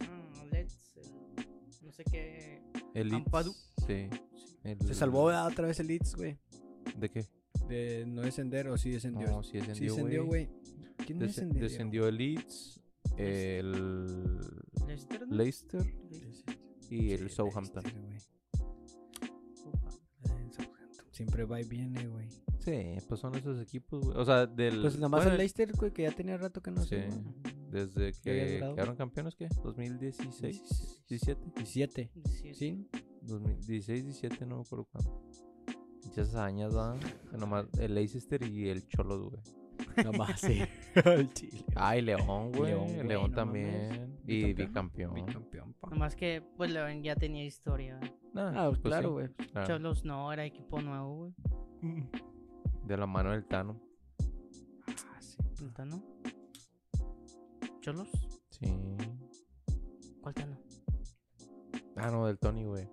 Ah, Let's. eh, No sé qué. El Leeds, Lampadu. Sí. El- Se salvó ah, otra vez el Leeds, güey. ¿De qué? De no descender, o sí descendió. No, sí sí descendió, descendió, güey. güey. ¿Quién Desc- descendió? descendió el Leeds, el ¿Leicester? no? Leicester Leicester. y el Southampton. Leicester, güey. Ah, el Southampton. Siempre va y viene, güey. Sí, pues son esos equipos, güey. O sea, del. Pues nada más bueno, el Leicester, güey, que ya tenía rato que no Sí. se Desde había que durado. quedaron campeones, ¿qué? ¿2016? ¿17? 17. Sí, sí. ¿Sí? 2016, 17, no me acuerdo cuándo. Muchas años, ¿verdad? Que Nomás el Leicester y el Cholos, güey. Nomás, sí. Al Chile. Ah, y León, güey. León, León, güey, no también. mames. Y Bicampeón, bicampeón. ¿no? Bicampeón, pa. Nomás que, pues, León ya tenía historia. Nah, Ah, pues claro, sí, güey. claro. Cholos no, era equipo nuevo, güey. De la mano del Tano. Ah, sí, el Tano. ¿Cholos? Sí. ¿Cuál Tano? Tano del Tony, güey.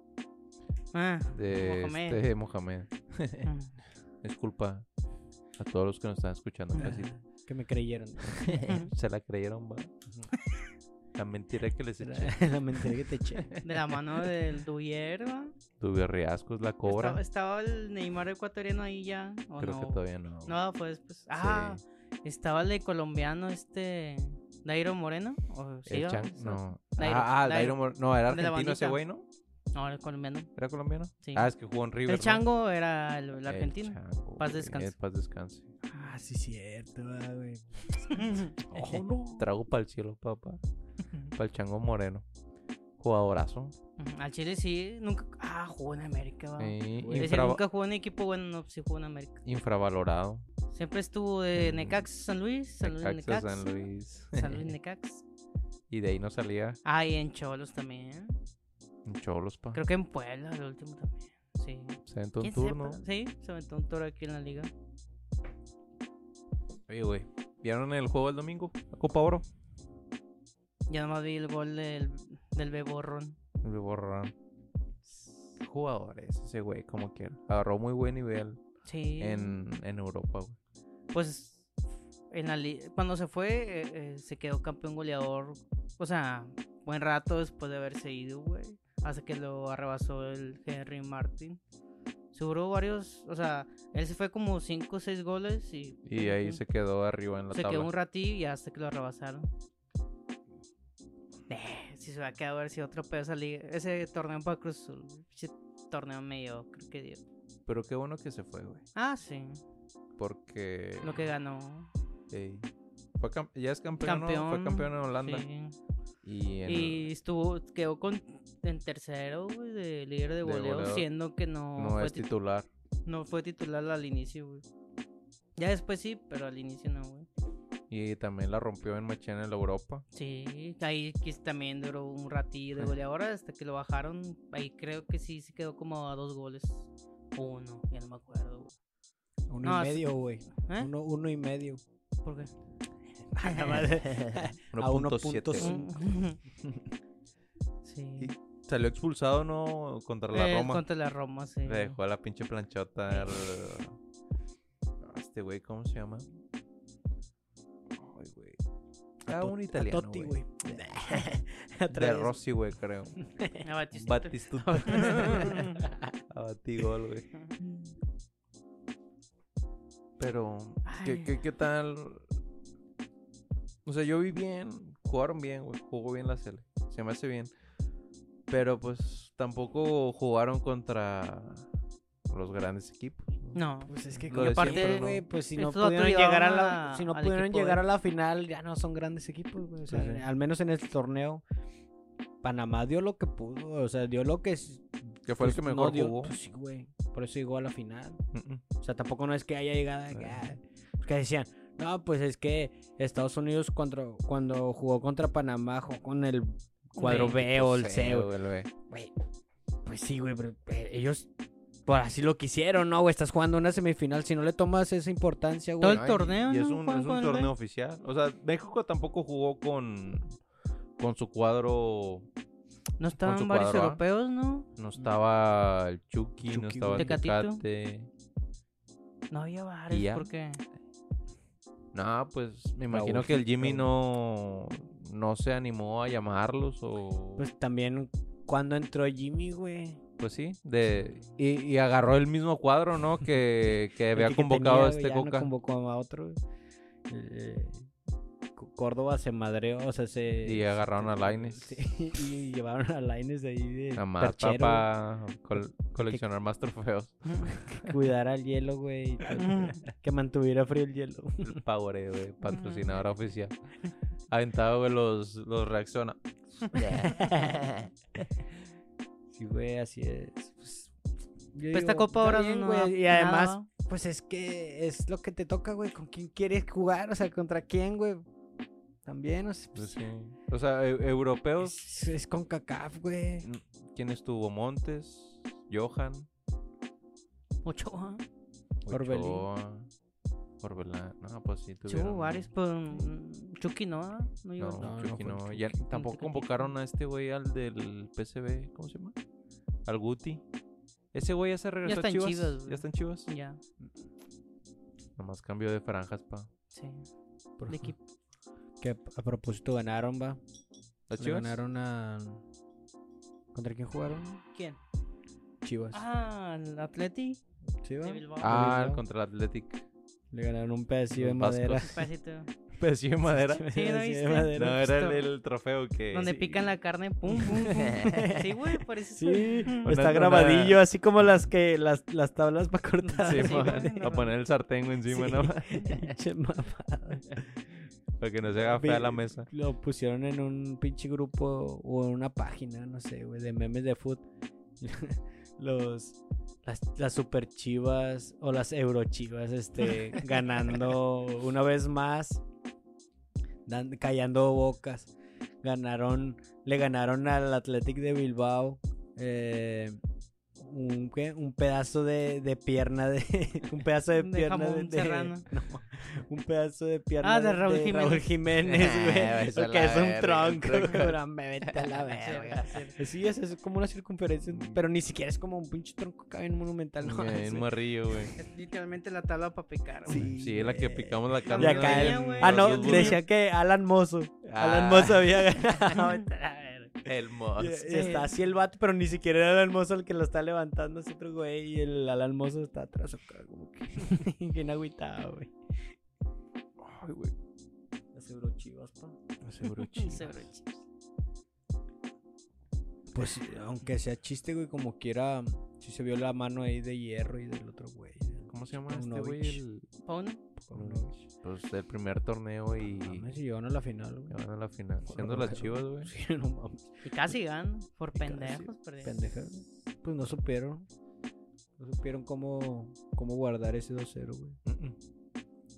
Ah, De Mohamed. este Mohamed. Ah. Disculpa a todos los que nos están escuchando Ah. en casita. Que me creyeron. Se la creyeron, va. La mentira que les eché. La mentira que te eché. De la mano del Duyer, ¿va? Tuve riascos, la cobra. Estaba, estaba el Neymar ecuatoriano ahí ya. ¿o Creo no? que todavía no. No, fue después. Ah, estaba el de colombiano, este. Dairo Moreno. ¿o pues sí, El o? Chan- no. Dairo, ah, ah, Dairo. Dairo Mor- No, era El de la argentino ese bandita. güey, ¿no? No, el colombiano. ¿Era colombiano? Sí. Ah, es que jugó en River. El ¿no? chango era el, el El argentino. Chango, Paz güey, descanse. el Paz descanse. Ah, sí, cierto, ah, güey. Oh, no. Trago para el cielo, papá. Para el Chango Moreno. Jugadorazo. Ujú, Al Chile sí, nunca. Ah, jugó en América, va. Es Sí, Güey. decir, infrava- nunca jugó en equipo bueno, no, pues sí jugó en América. Infravalorado. Siempre estuvo de Mm. Necax San Luis, San Luis Necaxa, Necax. San Luis. San Luis Necax. y de ahí no salía Ah, y en Cholos también. en Cholos, pa. Creo que en Puebla, el último también. Sí. Se aventó un ¿Quién sabe, turno. pero- Sí, se aventó un toro aquí en la liga. Oye, güey. ¿Vieron el juego del domingo? La Copa Oro. Ya nomás vi el gol del, del Beborrón. Me borraron. Jugadores, ese güey, como quiera. Agarró muy buen nivel Sí. en, en Europa, güey. Pues en la li- cuando se fue, eh, eh, se quedó campeón goleador. O sea, buen rato después de haberse ido, güey. Hasta que lo arrebasó el Henry Martin. Seguro varios, o sea, él se fue como 5 o 6 goles y... Y ahí ujú, se quedó arriba en la se tabla. quedó un ratillo y hasta que lo arrebasaron. Eh, si se va a quedar a ver si otro pedo esa liga- ese torneo para Cruz Azul, güey. Ese torneo medio, creo que dio. Pero qué bueno que se fue, güey. Ah, sí, Porque. lo que ganó. Ey, fue cam- ya es campeón, ¿no? Fue Campeón, campeón en Holanda. sí. Y en. Y estuvo, quedó con, en tercero, güey, de líder de De goleo, goleo. siendo que no, no fue es tit- titular. no fue titular al inicio, güey. Ya después sí, pero al inicio no, güey. Y también la rompió en Machena en la Europa. Sí, ahí que también duró un ratillo de Ah. goleador hasta que lo bajaron. Ahí creo que sí se quedó como a dos goles. O Uno, ya no me acuerdo, güey. Uno No, y sí. medio, güey. ¿Eh? Uno, uno y medio. ¿Por qué? Nada más. A 1.7, güey. Sí. sí. Salió expulsado, ¿no? Contra la Eh, Roma. Contra la Roma, sí. Le dejó a la pinche planchota al... a Este güey, ¿cómo se llama? Ay, güey. Ah, un italiano, A Totti, güey. güey. De Rossi, güey, creo. A Batista. Batistuta. a Batigol, güey. Pero, ¿qué, Ay. qué, ¿qué tal? O sea, yo vi bien, jugaron bien, güey, jugó bien la sele, se me hace bien. Pero pues tampoco jugaron contra los grandes equipos. No. Pues es que Lo como de aparte, siempre, ¿no? güey, pues si no Estos vatos pudieron llegar a la, llegaron a- si no al pudieron equipo llegar de- a la final, ya no son grandes equipos, güey. O sea, Sí, sí. al menos en el torneo Panamá dio lo que pudo, o sea, dio lo que s- Que fue pues, el que no mejor dio. jugó. Pues sí, güey. Por eso llegó a la final. Mm, mm. O sea, tampoco no es que haya llegado acá. Ajá. Que decían, no, pues es que Estados Unidos cuando, cuando jugó contra Panamá jugó con el cuadro Ve, B o el Pues, C. eh, güey". güey, el B. Güey, Pues sí, güey, pero eh, ellos por así lo quisieron, ¿no? Güey, estás jugando una semifinal. Si no le tomas esa importancia, Todo güey. el torneo, Y es ¿no? un, Juegan es con un el B. torneo oficial. O sea, México tampoco jugó con, con su cuadro. No su estaban varios cuadro, ¿ah? europeos, ¿no? No estaba el Chucky, no Chucky, estaba güey. el Tecatito. Tecate. No había varios, ya. porque No, pues me imagino que el Jimmy no, no se animó a llamarlos o... Pues, Pues también cuando entró Jimmy, güey. sí, de... Y, y agarró el mismo cuadro, ¿no? Que, que El había que convocado tenía, a güey, este ya no Coca. convocó a otro. Eh, C- Córdoba se madreó, o sea, se. Y agarraron a Lainez. Sí, y llevaron a Laines ahí de. A Marta perchero, para coleccionar más trofeos. güey, Cuidar al hielo, güey. y todo, que mantuviera frío el hielo. El Powerade, güey, patrocinadora oficial. Aventado, güey, los, los reacciona. Sí, güey, así es. Pues, yo Pues esta digo, Copa está ahora bien, no güey, da Y además, nada. pues es que es lo que te toca, güey. ¿Con quién quieres jugar? O sea, ¿contra quién, güey? También, o sea, Pues pues, sí. O sea, eu- europeos, es, es con CACAF, güey. ¿quién estuvo? Montes, Johan, Ochoa. Orbelín. Ochoa, Orbelán. No, pues sí Sí, hubo tuvieron. varios, pero mm, Chucky no, ¿ah? No, no llegó. No, no Chucky fue no. Chucky. Ya tampoco Chucky. convocaron a este güey al del PCB, ¿cómo se llama? Al Guti. Ese güey ya se regresó está a en Chivas. Chivas, güey. ya está en Chivas. Ya, Nomás cambio de franjas pa. sí. Por De fa- equipo. Que a- a propósito ganaron, va. ¿Las Le Chivas? ganaron a. ¿Contra quién jugaron? ¿Quién? Chivas. Ah, el Atleti. ¿Sí, va? de Bilbao. Ah, Bilbao. contra el Athletic. Le ganaron un pedacillo de Los vascos. madera. Un pedacito. Pedacillo de Pues madera. Un Sí, ¿no pedacillo de viste? madera. No, era el, Justo. el trofeo que. Donde sí. pican la carne, pum, pum, pum. Sí, güey, parece Sí, Una- está una- grabadillo, así como las que las, las tablas para cortar. Sí, Sí, ma, güey, a no. poner el sartén güey, encima, Sí. ¿no? Pinche mamada. Para que no se haga fea la mesa. Lo pusieron en un pinche grupo o en una página, no sé, güey, de memes de foot. Los las, las super chivas o las euro chivas, este, ganando una vez más, dan- callando bocas. Ganaron, le ganaron al Athletic de Bilbao. eh, un, ¿qué? un pedazo de, de pierna de un pedazo de De pierna de, jamón serrano. no, un pedazo de pierna Ah, de Raúl Jiménez. Jiménez, güey, Ah, eso porque la Eh, es un verga, tronco, un tronco. cabrón, me vete a la verga. Sí, es, es como una circunferencia, Mm. pero ni siquiera es como un pinche tronco acá bien monumental, ¿no? Güey, Es- Un morrillo, güey. Es literalmente la tabla para picar, güey. Sí, Sí, la que güey. picamos la Y carne. acá Tenía, el- güey. Ah, no, los Dios decía que Alan Mozo. Alan Ah. Mozo había ganado. Vete a la verga. burros. El Y- mos. y está así el vato, pero ni siquiera era Alan Mozo el que lo está levantando, es otro güey. Y el Alan Mozo está atrás acá, como que bien agüitado, güey. Ay, güey. Las Eurochivas, pa. Seguro Seguro, chicos. Pues aunque sea chiste, güey, como quiera, si se vio la mano ahí de hierro y del otro güey. de ¿Cómo se llama este Paunovic. güey? El... Pauno, Paunovic. Pues el primer torneo y No Mames, y llegaron a la final, güey. llevan a la final. Siendo las chivas, güey. Sí, no mames. Y casi ganan. Por Y casi, pendejos, perdieron. Pendejas. Pues no supieron. No supieron cómo, cómo guardar ese 2-0 güey. Mm, mm.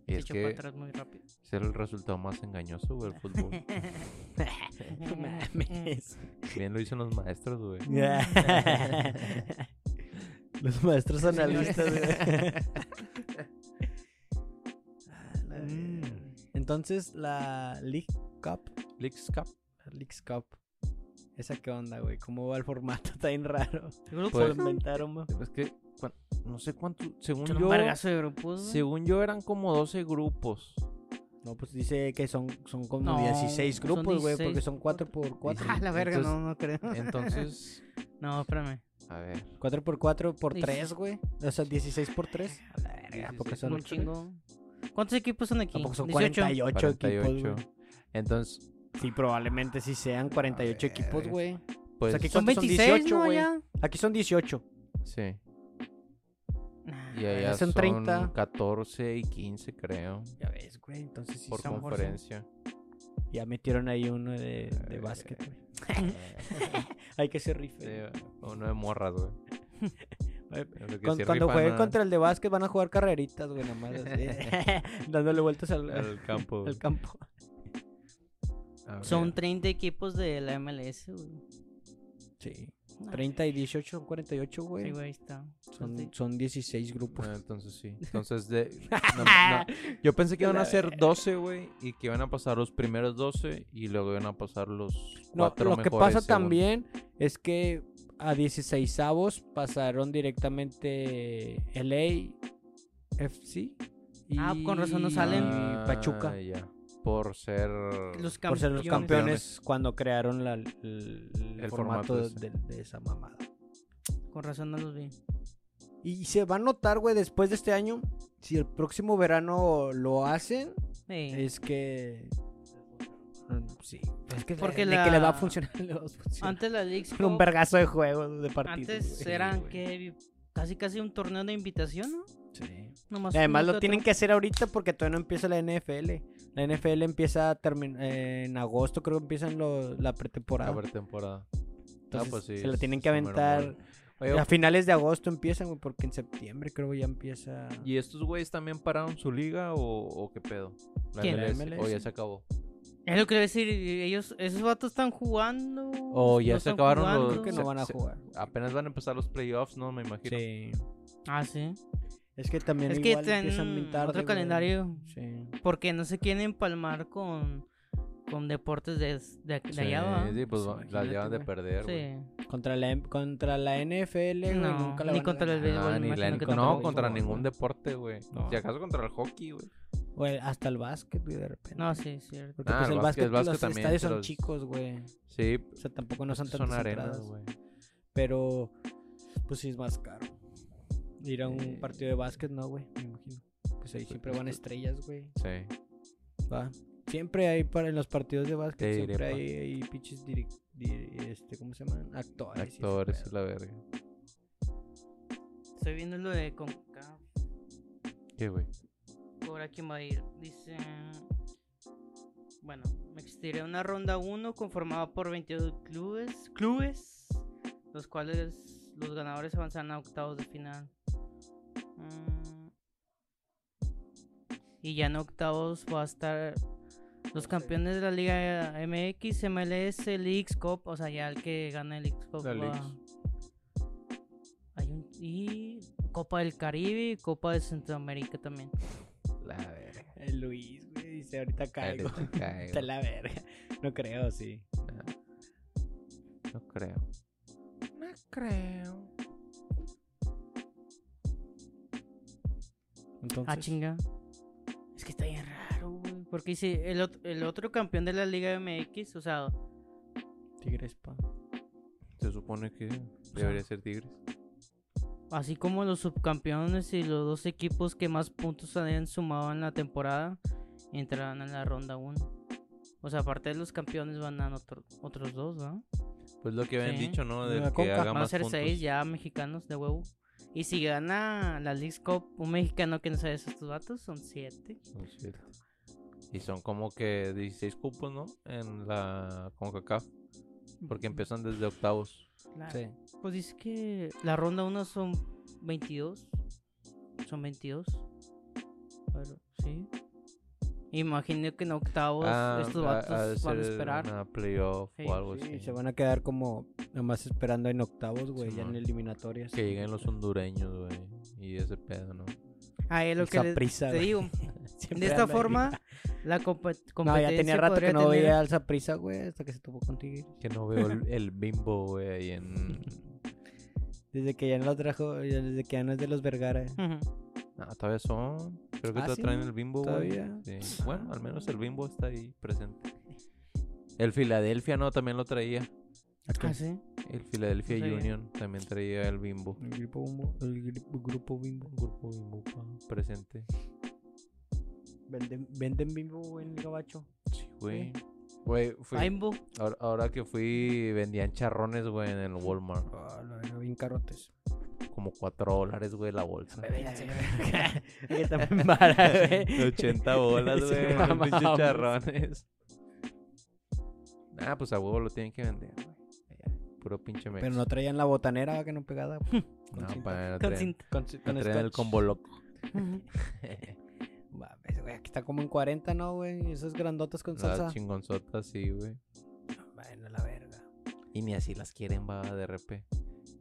Y Se es echó para que atrás muy rápido. es el resultado más engañoso, güey, el fútbol. No mames. Bien lo hicieron los maestros, güey. Los maestros Señores. analistas, güey. La Mm. verga. Entonces, la League Cup Leagues Cup. Leaks Cup. ¿Esa qué onda, güey? ¿Cómo va el formato? Está bien raro. Se lo Grupos, Pues- ¿no? inventaron, güey. Es que cuan- no sé cuánto. Según Son un yo, vergazo de grupos, güey. según yo eran como 12 grupos. No, pues dice que son, son como No, 16 son grupos, güey, 16 porque son 4 por 4. Ah, la verga, Entonces- no, no creo. Entonces, No, espérame. a ver. 4 por 4 por Dieciséis. 3, güey. O sea, 16 por 3. A la verga. Dieciséis porque por son Un tres. chingo. ¿Cuántos equipos son aquí? Tampoco son 18. 48, 48. equipos, güey. Entonces, Sí, probablemente sí sean 48 A equipos, ver. güey. pues. sea, que Son ¿Cuántos son 26, 18, ¿no? güey? Ya. Aquí son 18. Sí. Nah, Y allá son son 30. 14 y 15, creo. Ya ves, güey. Entonces sí por son- conferencia. Ya metieron ahí uno de, de Eh. básquet, güey. Eh, Hay que ser rife. sí, güey. uno de morras, güey. Eh, Pero que Con- sí cuando rifan jueguen a- contra el de básquet van a jugar carreritas, güey, nada más así, dándole vueltas al, al al campo. Ah, güey. campo. A ver. Son 30 equipos de la MLS, güey. Sí. No, 30 Ah, y 18 son 48, güey. Sí, güey, ahí está. son, son 16 grupos. Ah, entonces sí. Entonces, de... no, no. yo pensé que iban a ser 12, güey. Y que iban a pasar los primeros 12. Y luego iban a pasar los. No, cuatro lo que mejores, pasa según. también es que a 16 avos pasaron directamente LA FC. Y Ah, con razón no salen. y Pachuca. Ah, ya. Por ser. Los Por ser los campeones Campeones. cuando crearon la- el, El formato, formato de- ese. de- de esa mamada. Con razón no los vi. Y se va a notar, güey, después de este año, si el próximo verano lo hacen, Ey, es que... Mm, Sí, es que, Porque de que le va a la- funcionar, le va a funcionar. Antes la League Con un Cup, vergazo de juegos, de partidos. Antes güey. eran güey. que vi- casi casi un torneo de invitación, ¿no? Sí. Nomás Y Además lo uno que tienen otro. que hacer ahorita porque todavía no empieza la NFL. La NFL empieza a termin- eh, en agosto, creo que empiezan lo- la pretemporada. La pretemporada. Entonces, pues sí, se la es- tienen que es un mero mole. aventar. Oye, A finales de agosto empiezan, güey, porque en septiembre creo que ya empieza... ¿Y estos güeyes también pararon su liga o, o qué pedo? La ¿Quién? La MLS. O ya MLS. se acabó. Es lo que le iba a decir, y ellos, esos vatos están jugando. O Oh, ya no se están acabaron jugando. los- Creo que no se- van a se- jugar. Apenas van a empezar los playoffs, ¿no? Me imagino. Sí. Ah, sí. Es que también Es que igual empiezan bien tienen tarde, otro güey. calendario. Sí. Porque no se quieren empalmar con, con deportes de, de, de allá, ¿va? Sí, pues va- la Imagínate, llevan de güey. perder, güey. Sí. Contra la, em, contra la NFL, güey, No, nunca la ni van a contra el ganar. Ah, béisbol, me ni la- imagino que no, tampoco. contra Béisbol, ningún güey. deporte, güey. No. Si acaso contra el hockey, güey. Güey, hasta el básquet, güey, de repente. No, sí, es cierto. Porque Ah, pues el el básquet- básquet, el básquet los también, estadios son pero- chicos, güey. Sí, O sea, tampoco no son tantas son arenas, entradas, güey. Pero, pues sí es más caro. Ir a un Eh. partido de básquet, no, güey, me imagino. Pues ahí Pues, siempre pues, van pues. estrellas, güey. Sí. Va. Siempre hay para en los partidos de básquet, Te diré, siempre pa. hay, hay pinches direc- di- este, ¿cómo se llaman? Actores. y ese Actores pedo. y la verga. Estoy viendo lo de CONCACAF. ¿Qué, güey? Ahora quién va a ir. Dice. Bueno, existirá una ronda 1 conformada por 22 clubes, clubes, los cuales los ganadores avanzarán a octavos de final. Mm. Y ya en octavos va a estar los campeones de la Liga MX, MLS, Leagues Cup, o sea, ya el que gane el Leagues Cup. La va- Leagues. Hay un- y Copa del Caribe y Copa de Centroamérica también. La verga. El Eh, Luis, güey, dice, ahorita caigo. Ahorita caigo. Está la verga. No creo, sí. No creo. No creo. Entonces, Ah, chinga. Es que está bien raro, güey. Porque dice el, ot- el otro campeón de la Liga MX, o sea, Tigres, pa. Se supone que debería ser Tigres. así como los subcampeones y los dos equipos que más puntos habían sumado en la temporada, entrarán en la ronda 1. O sea, aparte de los campeones van a otro- otros dos, ¿no? Pues lo que habían Sí. dicho, ¿no? La Del que Conca. haga Van a más ser puntos. seis ya mexicanos de huevo. Y si gana la League Cup un mexicano que no sabe esos datos, son siete. Son siete. Y son como que 16 cupos, ¿no? En la CONCACAF. Porque empiezan desde octavos. Claro. Sí. Pues dice que la ronda 1 son 22. Son 22. Pero, sí. Imagino que en octavos Ah, estos ha- ha de vatos van a ser esperar. Una playoff Sí, o algo Sí, así. se van a quedar como nomás esperando en octavos, güey, ya en Simón. eliminatorias. Que lleguen los hondureños, güey. Y ese pedo, ¿no? Ah, es lo El que le- Saprissa, te güey. digo. De Siempre esta anda ahí. forma, la compe- No, competencia ya tenía rato que podría no tener- veía al Saprisa, güey, hasta que se topó con Tigres. Que no veo el, el bimbo, güey, ahí en... Desde que ya no lo trajo, ya desde que ya no es de los Vergara. Ujú. No, todavía son. Creo que Ah, todavía ¿sí? traen el bimbo, güey. ¿Todavía? Sí. Bueno, al menos el bimbo está ahí presente. El Filadelfia, no, también lo traía. Ah, sí. El Philadelphia Sí. Union también traía el bimbo. El grupo Bimbo, el grupo, grupo Bimbo. Grupo bimbo pa, presente. Venden, venden Bimbo güey, en el gabacho. Sí, güey. Güey, fui- Aimbo. ahora, ahora que fui, vendían charrones, güey, en el Walmart. Ah, la verga, bien carotes. Como 4 dólares, güey, la bolsa. que también vara, güey. 80 bolas, Sí, güey. los mamamos. pinches charrones. Ah, pues a huevo lo tienen que vender, güey. Allá, Puro pinche mex. Pero no traían la botanera que no pegada. No, cinta. pa, no Con traen- cinta. Con, no traen el combo loco. Mames, güey, aquí está como en 40, ¿no, güey? Y Esas grandotas con salsa. Las chingonzotas, sí, güey. Bueno, la verga. Y ni así las quieren, va, de repe.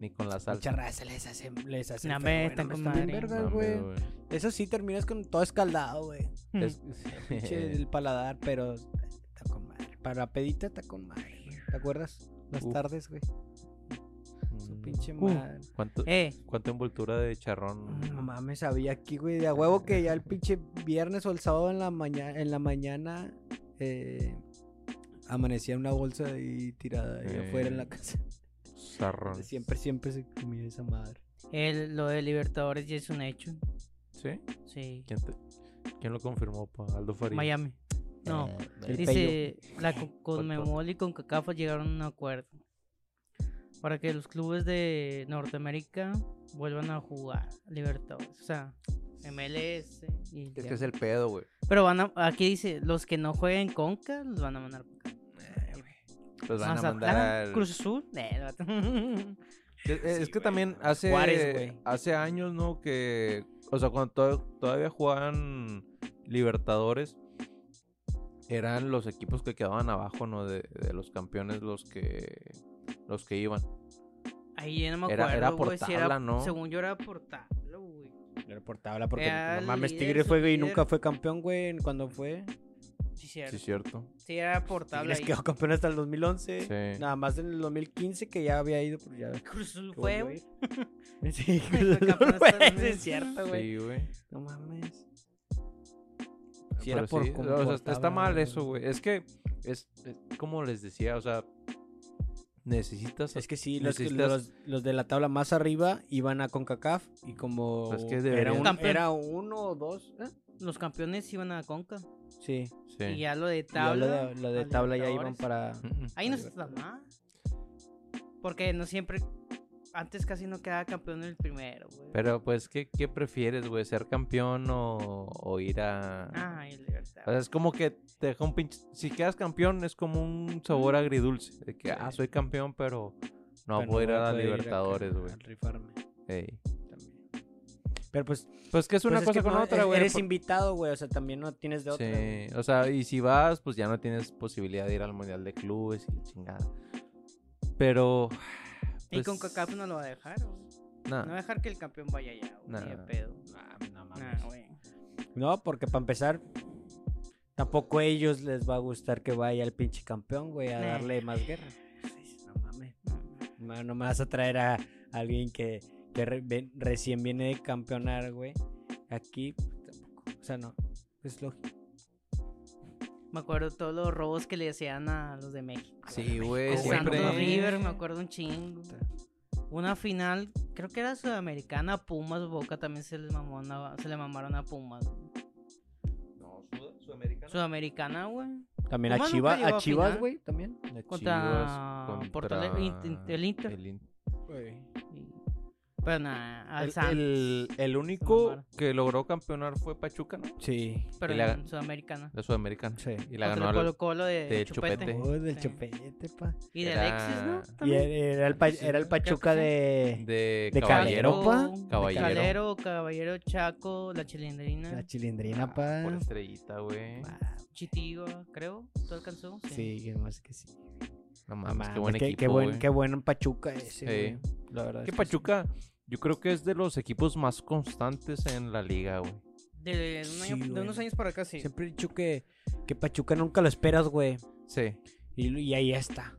Ni con la salsa. Mucha raza les hace, les hace. Nah, feo, me güey, están nomás con bien madre. vergas, No, hombre, güey. Eso sí, terminas con todo escaldado, güey. güey. Es- Pinche el paladar, pero está con madre. Para la pedita está con madre, güey. ¿Te acuerdas? Las Uf. tardes, güey. Su Mm. pinche Uh. madre. ¿Cuánto, Eh, ¿Cuánta envoltura de charrón? Mm, No mames, había aquí, güey, de a huevo que ya el pinche viernes o el sábado en la mañana, en la mañana eh, amanecía una bolsa ahí tirada ahí afuera en la Eh, casa. Charrón. Siempre, siempre se comía esa madre. el- lo de Libertadores ya es un hecho. ¿Sí? Sí. ¿Quién, te- quién lo confirmó? Pa? Aldo Faría. Miami. No. Eh, El Dice, la co- Por Conmebol y Concacaf llegaron a un acuerdo para que los clubes de Norteamérica vuelvan a jugar Libertadores, o sea, MLS y Es ya. que es el pedo, güey. Pero van a, aquí dice, los que no jueguen Conca los van a mandar para acá. Eh, Los van a Mazatlán, mandar al- Cruz Azul. eh, el vato. Es, Sí, es que güey, también hace, Juárez, güey. hace años, ¿no? Que, o sea, cuando to- todavía jugaban Libertadores, eran los equipos que quedaban abajo, ¿no? De, de los campeones los que los que iban. Ahí ya no me Era- acuerdo, era por güey, si era- tabla, ¿no? Según yo era por tabla. tabla, güey. Era por tabla, porque Era no mames, líder, Tigre fue y sublíder. nunca fue campeón, güey, en- cuando fue. Sí, cierto. Sí, Sí, cierto. era por tabla. Tigres ahí. quedó campeón hasta el 2011. Sí. Nada más en el 2015 que ya había ido, pero ya. Cruz Azul que fue, volvió güey. a ir. Sí, Fue Cruz Azul campeón fue, hasta el sí, es 2015. cierto, güey. Sí, güey. No mames. Sí, Si era por Ah, sí, con- o sea, por está, tabla, está mal ¿no? eso, güey. Es que es, es como les decía, o sea, necesitas Es que sí, los, que- Necesitas- los, los de la tabla más arriba iban a CONCACAF y como O sea, es que era, deberían- un- Campeón. era uno o dos. ¿eh? Los campeones iban a Conca. Sí. sí. Y ya lo de Y ya lo tabla. de- lo de a tabla ya iban Libertadores. para... Mm, mm. Ahí no está Libertadores. tan mal. Porque no siempre. Antes casi no quedaba campeón el primero, güey. Pero pues, ¿qué, qué prefieres, güey? ¿Ser campeón o, o ir a...? Ah, y O sea, libertad. es como que te deja un pinche... Si quedas campeón es como un sabor agridulce. De que, Sí. ah, soy campeón, pero no pero voy a ir voy a la poder ir acá Libertadores, a güey. rifarme Ey. también. Pero pues... Pues que es una pues cosa que con no, otra, güey. Eres por- invitado, güey, o sea, también no tienes de otra. güey. Sí, o sea, y si vas, pues ya no tienes posibilidad de ir al Mundial de Clubes y la chingada. Pero... Y pues, con Cacap no lo va a dejar, güey. nah, No va a dejar que el campeón vaya allá, güey. Ni de Nah. pedo. Ah, no mames. Nah, güey. No, porque para empezar, tampoco a ellos les va a gustar que vaya el pinche campeón, güey, a Nah. darle más guerra. Pues, No mames. No. No, no me vas a traer a alguien que, que re- ve- recién viene de campeonar, güey. Aquí, pues, tampoco. O sea, no. Es lógico. Me acuerdo todos los robos que le hacían a los de México. Sí, güey, México, siempre... Santos River, me acuerdo un chingo. Una final, creo que era sudamericana, Pumas, Boca también se les mamó una- se le mamaron a Pumas. No, Sud- Sudamericana. Sudamericana, güey. También a Pumas nunca Chivas, llegó a a Chivas, final. güey, también. Chivas Contra Porto Alegre, Int- Int- el Inter. In- Y- Pero nada, al El, Santos. el- el único que logró campeonar fue Pachuca, ¿no? Sí. Pero y la- en Sudamericana. La Sudamericana. Sí. Y la Contra ganó el al- Colo Colo de, de Chupete. Chupete. Oh, del Sí. chopete, pa. Y de Era- Alexis, ¿no? Y También. era, era el, pa- era el Sí, creo que Pachuca sí. de, De, eh, de Caballero. Calero, pa. Caballero. Calero, Caballero, Chaco, La Chilindrina, la chilindrina, Ah, pa. Por estrellita, güey. Ah, Chitigo, creo. ¿Tú alcanzó? Sí, que más que sí. No No mames, mames, qué buen qué, equipo, qué buen, güey. qué buen Pachuca ese, Sí. güey. La verdad. Que es que sí. Pachuca, yo creo que es de los equipos más constantes en la liga, güey. De, de un año- Sí, de unos güey. años para acá, sí. Siempre he dicho que, que Pachuca nunca lo esperas, güey. Sí. Y, y ahí está.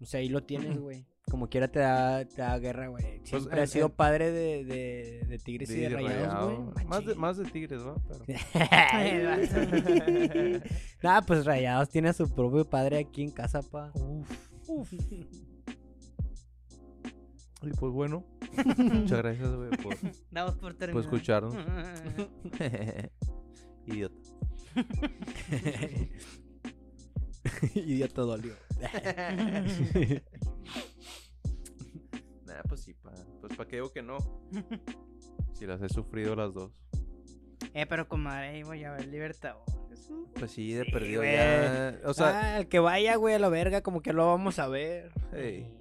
O sea, ahí lo tienes, Ujú. güey. Como quiera te da, te da guerra, güey. Siempre Pues, en- ha sido en- padre de, de, de Tigres y de de Rayados, Rayado. güey. Más de, Machín. más de Tigres, ¿va? Pero... Ay, vato. Nah, pues Rayados tiene a su propio padre aquí en casa, pa. Y pues bueno, muchas gracias, güey, por, Damos por terminado. por escucharnos. Idiota. Idiota dolió. Nah, pues sí, pa. Pues para qué digo que no. Si las he sufrido las dos. eh, pero comadre, ahí voy a ver libertad. Eso. Pues sí, de Sí, perdido güey. Ah. ya. O O sea, sea, el que vaya, güey, a la verga, como que lo vamos a ver. hey,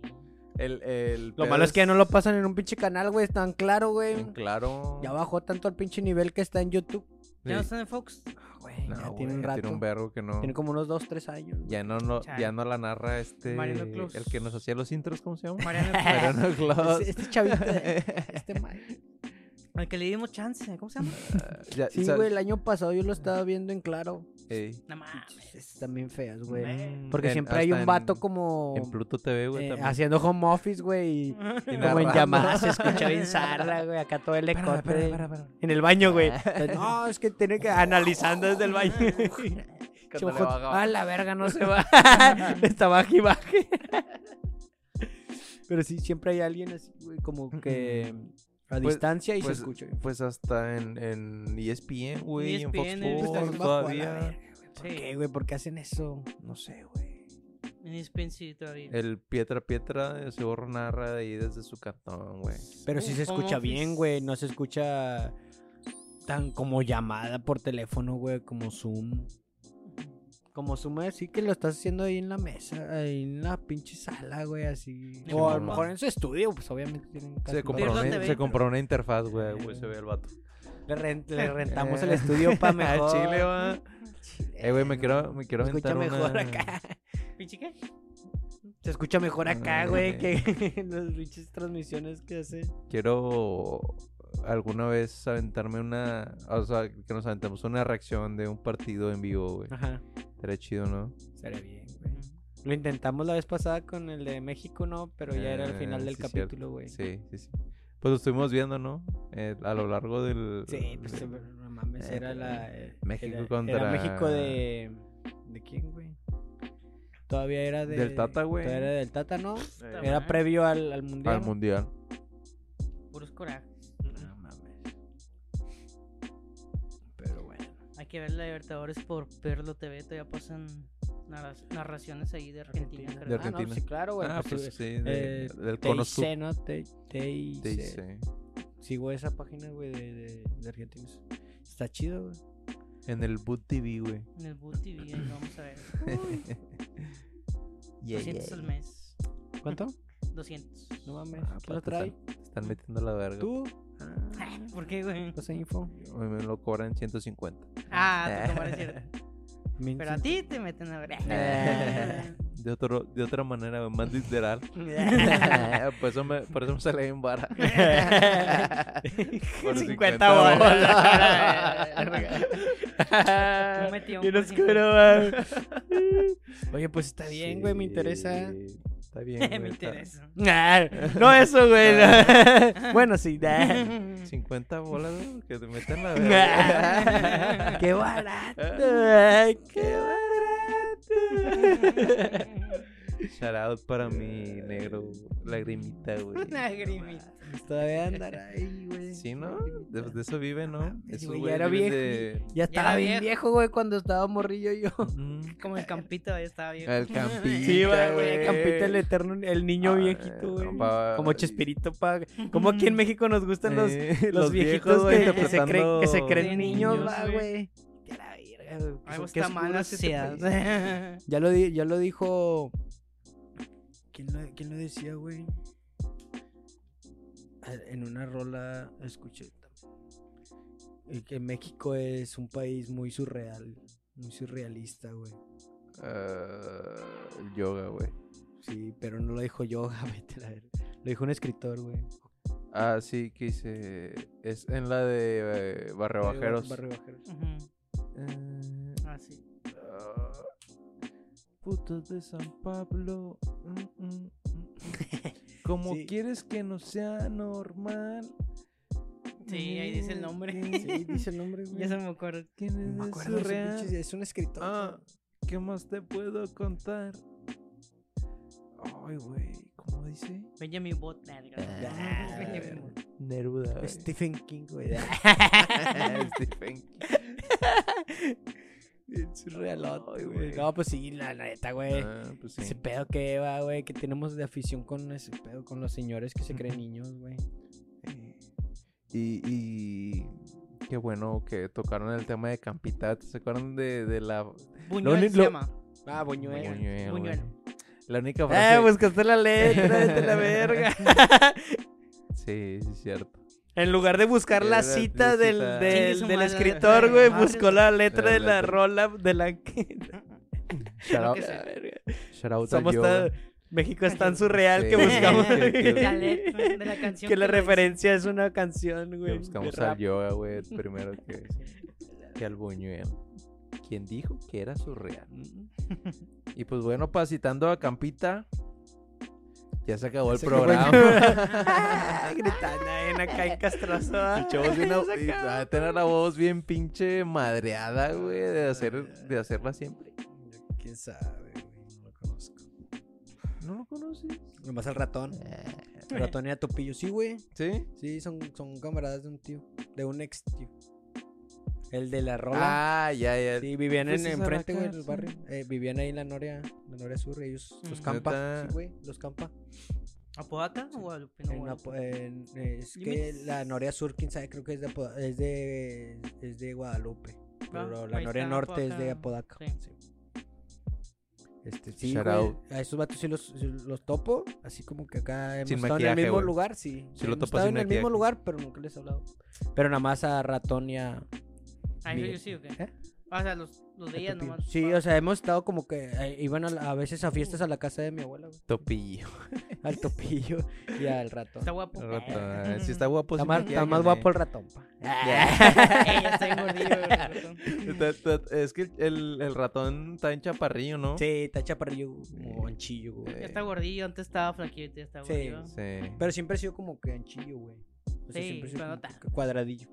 el, el Lo pedo malo es que ya no lo pasan en un pinche canal, güey. Es tan claro, güey. en Claro. Ya bajó tanto al pinche nivel que está en YouTube. Ah, ¿Ya no Sí. están en Fox? Güey, No, ya güey, tiene un ya rato. Tiene Tiene, un vergo que no. como unos 2, 3 años. güey. Ya no, lo- Chale. ya no la narra este. Mariano Clos. El que nos hacía los intros, ¿cómo se llama? Mariano Clos. Mariano Clos. Este, este chavito, eh, este mal. Al que le dimos chance, ¿cómo se llama? Ah, ya, Sí, sa- güey, el año pasado yo lo estaba viendo en claro. ey. No mames. Están bien feas, güey. Mm, Porque en- siempre hay hasta un vato en- como En Pluto TV, güey. eh, también. haciendo home office, güey. y Y Como en narrando. llamadas se escucha bien sarda, güey. Acá todo el Espérame, ecote. espérame, espérame, espérame. Ah. En el baño, güey. No, es que tiene que analizando desde el baño. Cuando le Chojo, bajaba. "Ah, la verga, no se va. Está baje y baje. Pero sí, siempre hay alguien así, güey, como que a Pues- distancia y pues- se escucha. Pues hasta en, en E ESPN, güey. En E Fox ESPN, Sports bien está bajo a la todavía. ¿Por qué, güey? ¿Por qué hacen eso? No sé, güey. En Spencer todavía. El Pietra Pietra se borra narra ahí desde su cartón, güey. Pero sí Un se home escucha office. bien, güey. No se escucha tan como llamada por teléfono, güey, como Zoom. Como Zoom, así que lo estás haciendo ahí en la mesa, ahí en la pinche sala, güey, así. Sí, O a lo mamá. mejor en su estudio, pues obviamente tienen casa. Se compró, Pirlo una, TV, se compró una interfaz, Eh, güey. USB el vato. Le, ren- le rentamos el estudio para mejor. Chile, va. Chile, Eh, güey, me quiero, me quiero Se escucha aventar mejor una- acá. ¿Pinche qué? Se escucha Ah, mejor acá, güey, Eh. que en las pinches transmisiones que hace. Quiero alguna vez aventarme una. O sea, que nos aventemos una reacción de un partido en vivo, güey. Ajá. Sería chido, ¿no? Estaría bien, güey. Lo intentamos la vez pasada con el de México, ¿no? Pero ya era el Eh, final del sí, cierto. capítulo, güey. Sí, sí, sí. Pues lo estuvimos viendo, ¿no? Eh, a lo largo del. Sí, pues de- pero no mames, Eh, era la. eh, México era- era contra- México de. ¿De quién, güey? Todavía era de. Del Tata, güey. Todavía era del Tata, ¿no? Puta Era madre, previo al, al mundial. al mundial. Puros corajes. No mames. Pero bueno. Hay que ver la Libertadores por Perlo TV. Todavía pasan narra- narraciones ahí de Argentina. Argentina. creo. De Ah, no, Argentina. sí, claro, güey. ah, pues, pues sí, sí, de- eh, del Cono Sur. TIC, ¿no? Te- TIC. TIC. Sigo esa página, güey, de, de, de argentinos. Está chido, güey. En el Boot TV, güey. En el Boot TV, ahí vamos a ver. Uy, 200 al mes. ¿Cuánto? 200. No mames. Ah, ¿Quién lo pues, te trae? están- te Están metiendo la verga. ¿Tú? Ah. ¿Por qué, güey? ¿Pasa info? Hoy me lo cobran 150. Ah, tu cámara es cierto. Min- Pero a ti te meten a ver. Eh. De, otro, de otra manera, güey, más literal. por, eso me, por eso me sale en vara. Por 50 bolas. Tú metió un Yo nos por cobraba. Oye, pues está bien, güey, me Sí, interesa. Está bien, güey. Me está- interesa. Ah, No eso, güey. no. Bueno, sí. nah. 50 bolas, güey, que te metan la verga. Ah, Qué barato. ay, Qué barato. Shout out para mi negro lagrimita, güey. Lagrimita. Todavía andar ahí, güey. Sí, ¿no? De, de eso vive, ¿no? mames, Esos güey, ya güeyes era viven Ya estaba era bien viejo. viejo, güey, cuando estaba morrillo yo. Mm, Como el campito, ahí estaba bien. El campito. Sí, va, güey. güey. Campita el eterno, el niño Ah, viejito, güey. pa- Como Chespirito, pa. Como aquí en México nos gustan los, eh, los, viejitos viejos, que, güey, que se creen, que se creen Sí, niños, niños, va, güey. güey. Que la verga, güey, que Algo son- que está mal oscuras este ansiedad. país. Ya lo, di- ya lo dijo. ¿Quién lo, quién lo decía, güey? Ah, En una rola escuché también. Y que México es un país muy surreal, muy surrealista, güey. Eh, el yoga, güey. Sí, pero no lo dijo yo, vete a la verga. Lo dijo un escritor, güey. Ah, sí, que hice. Es en la de eh, Barrio Bajeros. Barrio Bajeros. Ujú. Eh, Ah, sí. ah, putos de San Pablo. mm, mm, mm. Como Sí. quieres que no sea normal. Sí, ahí dice el nombre. Sí, dice el nombre, güey. Ya se me acuerdo. ¿Quién No es me de acuerdo, es un surreal? pinche- es un escritor. Ah, ¿qué más te puedo contar? Ay, güey, ¿cómo dice? Benjamin Bot. larga. Ah, Benjamin Bot. Neruda. güey. güey. Stephen King, güey. Este Stephen King. Es surrealote, Ay, güey. güey. No, pues sí, la neta, güey. Ah, pues Ese sí. pedo que va, güey, que tenemos de afición con ese pedo, con los señores que se creen niños, güey. Eh, Y, y qué bueno que tocaron el tema de Campita. ¿Se acuerdan de, de la Buñuel uni- se lo- llama. Ah, Buñuel. Buñuel, Buñuel. güey. La única frase. Eh, buscaste la letra, vete a la verga. Sí, sí, es cierto. En lugar de buscar la Era la cita del, cita. del- Chingue su del madre, escritor, madre, güey, madre. buscó la letra La de la letra. rola de la... de Shout out, sea. la verga. shout out al Somos yoga. tan- México es tan surreal que Sí. buscamos... Sí, que- La letra de la canción. que la lo hizo. referencia es una canción, Que güey. buscamos de al rap. yoga, güey, primero que, que al Buñuel. Quien dijo que era surreal. Y pues bueno, pa, citando a Campita, ya se acabó el Se acabó el programa. Gritando en acá en Castrozo. ah. El chavo tiene Se y acabó. va a tener la voz bien pinche madreada, güey, de, hacer, de hacerla siempre. ¿Quién sabe, güey? No lo conozco. ¿No lo conoces? Nomás al ratón. El ratón era Topillo. Sí, güey. ¿Sí? Sí, son, son camaradas de un tío. De un ex tío. El de la rola. Ah, ya, ya. sí, vivían en, Fuiste a la enfrente, güey, en el cárcel. barrio. Eh, vivían ahí en la Noria, la Noria Sur. Ellos, los Mm. campa. Neta. Sí, güey, los campa. ¿Apodaca o Guadalupe? No, En Guadalupe. Apo- en- es que Límites. la Noria Sur, quién sabe, creo que es de, Apoda- es de, es de Guadalupe. Ah, Pero la ahí Noria está Norte es de Apodaca. Apodaca. Sí. Este, sí, Shout güey, out. a esos vatos sí los, sí los topo, así como que acá hemos Sin estado en el maquillaje, mismo güey. lugar, sí. Sí lo Hemos topas estado sin en el mismo maquillaje. lugar, pero nunca les he hablado. Pero nada más a Ratón y a... Ah, Miguel. yo sí, ¿o qué? ¿Eh? O sea, los, los de veía Topillo. nomás. Ah, Uh. Sí, pa- o sea, hemos estado como que eh, iban a, la- a veces a fiestas a la casa de mi abuela, güey. Topillo. Al topillo y al ratón. Está guapo. Rata. ah, Si está guapo, Está sí, más, porque está hay, más ¿no? guapo el ratón, pa. Eh, ya estoy mordido, güey, ratón. Está- está- Es que el, el ratón está en chaparrillo, ¿no? Sí, está chaparrillo, como anchillo, güey. Ya está gordillo, antes estaba flaquillo, ya está Sí. gordillo. Sí. Pero siempre ha sido como que anchillo, güey. O sea, Sí, siempre ha sido pero como no que cuadradillo.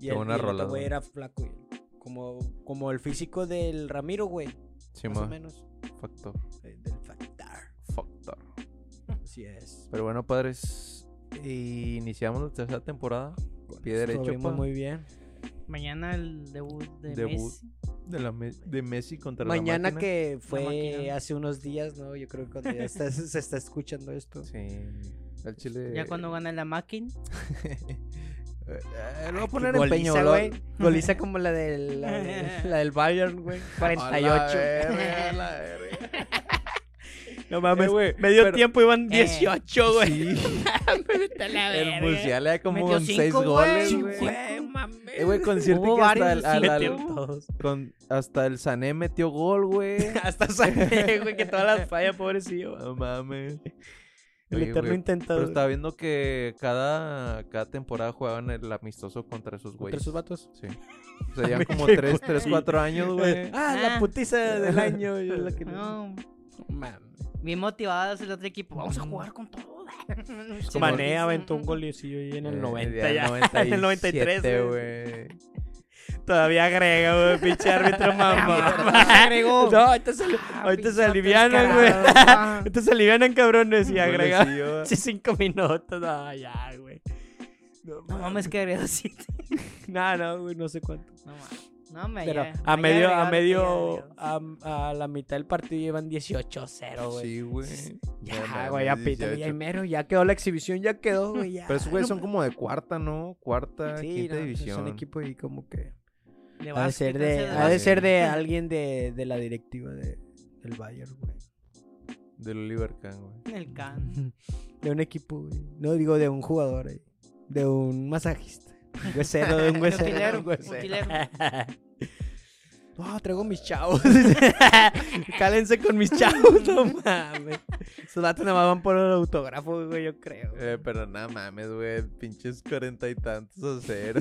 Y Qué buena otro rola, güey güey. era flaco, güey. Como, como el físico del Ramiro, güey. Sí, más ma. o menos. Factor. eh, Del Factar. Factor. Así es. Pero bueno, padres. Iniciamos la tercera temporada pie derecho, Estuvimos pa. muy bien. Mañana el debut de Debut. Messi. de, la Me- de Messi contra Mañana la máquina. que fue máquina. hace unos días, ¿no? Yo creo que cuando ya está- se está escuchando esto. Sí. El chile. Ya cuando gana la máquina. Eh, eh, lo voy a poner Goliza, empeño, lo- güey. Goliza como la del, la del, la del Bayern, güey. A la 48. verga, a la verga. No Eh, mames, güey, güey. medio pero- tiempo iban Eh. 18, güey. El Musiala ya como Metió con cinco, 6 güey. goles, Cinco, güey. Güey, mames. Eh, güey, con cierto Hubo que hasta varios, el, al- sí, al- metió. todos. con- hasta el Sané metió gol, güey. Hasta Sané, güey, que todas las fallas, pobrecillo. No mames. El Oye, eterno güey, Pero intentador. estaba viendo que cada, cada temporada jugaban el amistoso contra esos Entre güeyes. sus vatos. Sí. O sea, llevan como Qué 3, 3, güey. 4 años, güey. Ah, Ah. la putiza del año. yo la que- No, Mames. bien motivados el otro equipo. Vamos a jugar con todo. Como- Mané aventó un golecillo ahí en Eh, el ya 90 ya. en el 97, 93, güey. güey. Todavía agrega, güey, pinche árbitro mamá. agregó. No, ahorita se, "Ah, ahorita se alivianan, güey. Ahorita se alivianan, cabrones, y agrega. Golecillo. Sí, cinco minutos. No, ya, güey. No, No mames, que agregó siete. No, no, güey, no sé cuánto. No mames. No me Pero ya- a me medio, agregó a lo que medio, ya a, a la mitad del partido llevan 18-0, güey. Sí, güey. Ya, mames, güey, ya pita, 18. ya y mero, ya quedó la exhibición, ya quedó, güey, ya. Pero esos güeyes No, son como de cuarta, ¿no? Cuarta, sí, quinta no, pues, división. Es un equipo y como que... Ha había. De de básquet, ser de, entonces, de ha de básquet. ser de alguien de, de la directiva de, del Bayern, güey. Del Oliver Kahn, güey. El can. De un equipo, güey. No digo de un jugador, eh. de un masajista. Un huesero, de un huesero. utilero, de un huesero. utilero. No, traigo mis chavos. Cálense con mis chavos, no mames. Esos datos nada más van por el autógrafo, güey, yo creo. güey. Eh, pero nada mames, güey. Pinches cuarenta y tantos a cero.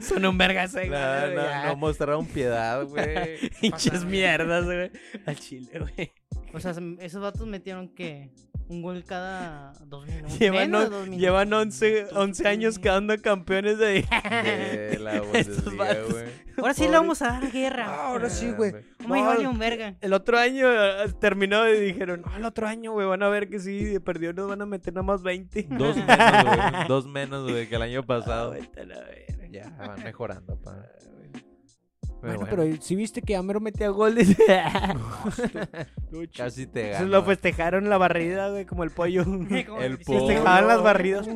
Son un vergas, no, güey. no, no mostraron piedad, güey. Hinchas mierdas, güey. Al chile, güey. O sea, se- esos vatos metieron que un gol cada dos minutos. Llevan, menos de on- dos minutos. llevan 11, Entonces, 11 años sí. quedando campeones de... De la Estos Bundesliga, vatos. güey. Ahora sí le Pobre. vamos a dar guerra. Ah, ahora sí, Eh, güey. No me No, vale un verga. El otro año eh, terminó y dijeron, "No, el otro año, güey, van a ver que sí, de perdió nos van a meter nada más 20. Dos menos, güey. Dos menos, güey, que el año Ah, pasado. ya, van mejorando, pa. Bueno, bueno, pero si viste que Amero metía goles. casi ¿eh? te Eso gano. lo festejaron la barrida, güey, como el pollo. Como el si pollo. Festejaban las barridas.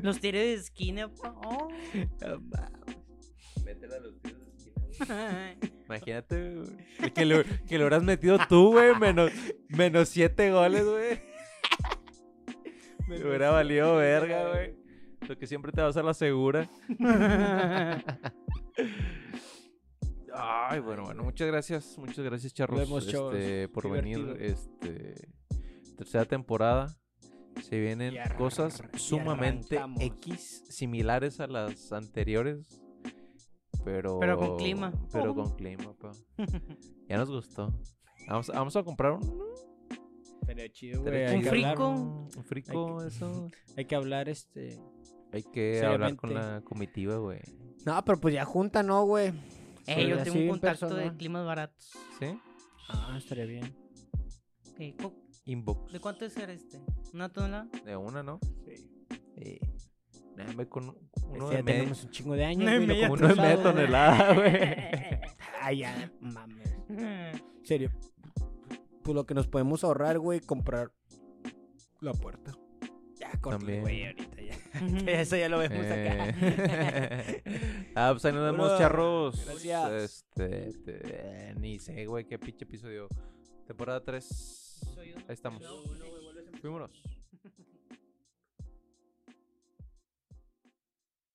Los tiros de esquina. pa- oh. pues Métela a los tiros de esquina. Imagínate, güey. El Que lo, que lo hubieras metido tú, güey. Menos, menos siete goles, güey. Me hubiera valido verga, güey. Lo que siempre te vas a la segura. Ay, bueno, bueno. Muchas gracias. Muchas gracias, Charros. Vemos, chavos. este, por venir. Divertido. Este. Tercera temporada. Se vienen Y arran- cosas y sumamente arrancamos. X similares a las anteriores. Pero. Pero con clima. Pero Oh. con clima, pa. Ya nos gustó. Vamos, vamos a comprar un. chido, Estaría Hay Un que chido. hablar, frico. Un frico, eso. hay que hablar, este. Hay que hablar con Seriamente. la comitiva, güey. No, pero pues ya junta, ¿no, güey? Eh, yo Sí, tengo un en contacto de persona. climas baratos. ¿Sí? Ah, estaría bien. Eh, co- Inbox. ¿De cuánto es ser este? ¿Una tonelada? De una, ¿no? Eh, nada, ve con uno Este, de ya media- tenemos un chingo de años, Una y güey. lo media como compré uno de media usado, güey. tonelada, güey. Ay, ya, mames. serio. Pues lo que nos podemos ahorrar, güey, comprar la puerta. Ya, También. córtale, güey, ahorita ya. Eso ya lo vemos acá. Eh. ah, pues ahí nos vemos, Bueno, charros. gracias. Este, te- eh, ni sé, güey, qué pinche episodio. Temporada 3. Ahí estamos. Fuímonos.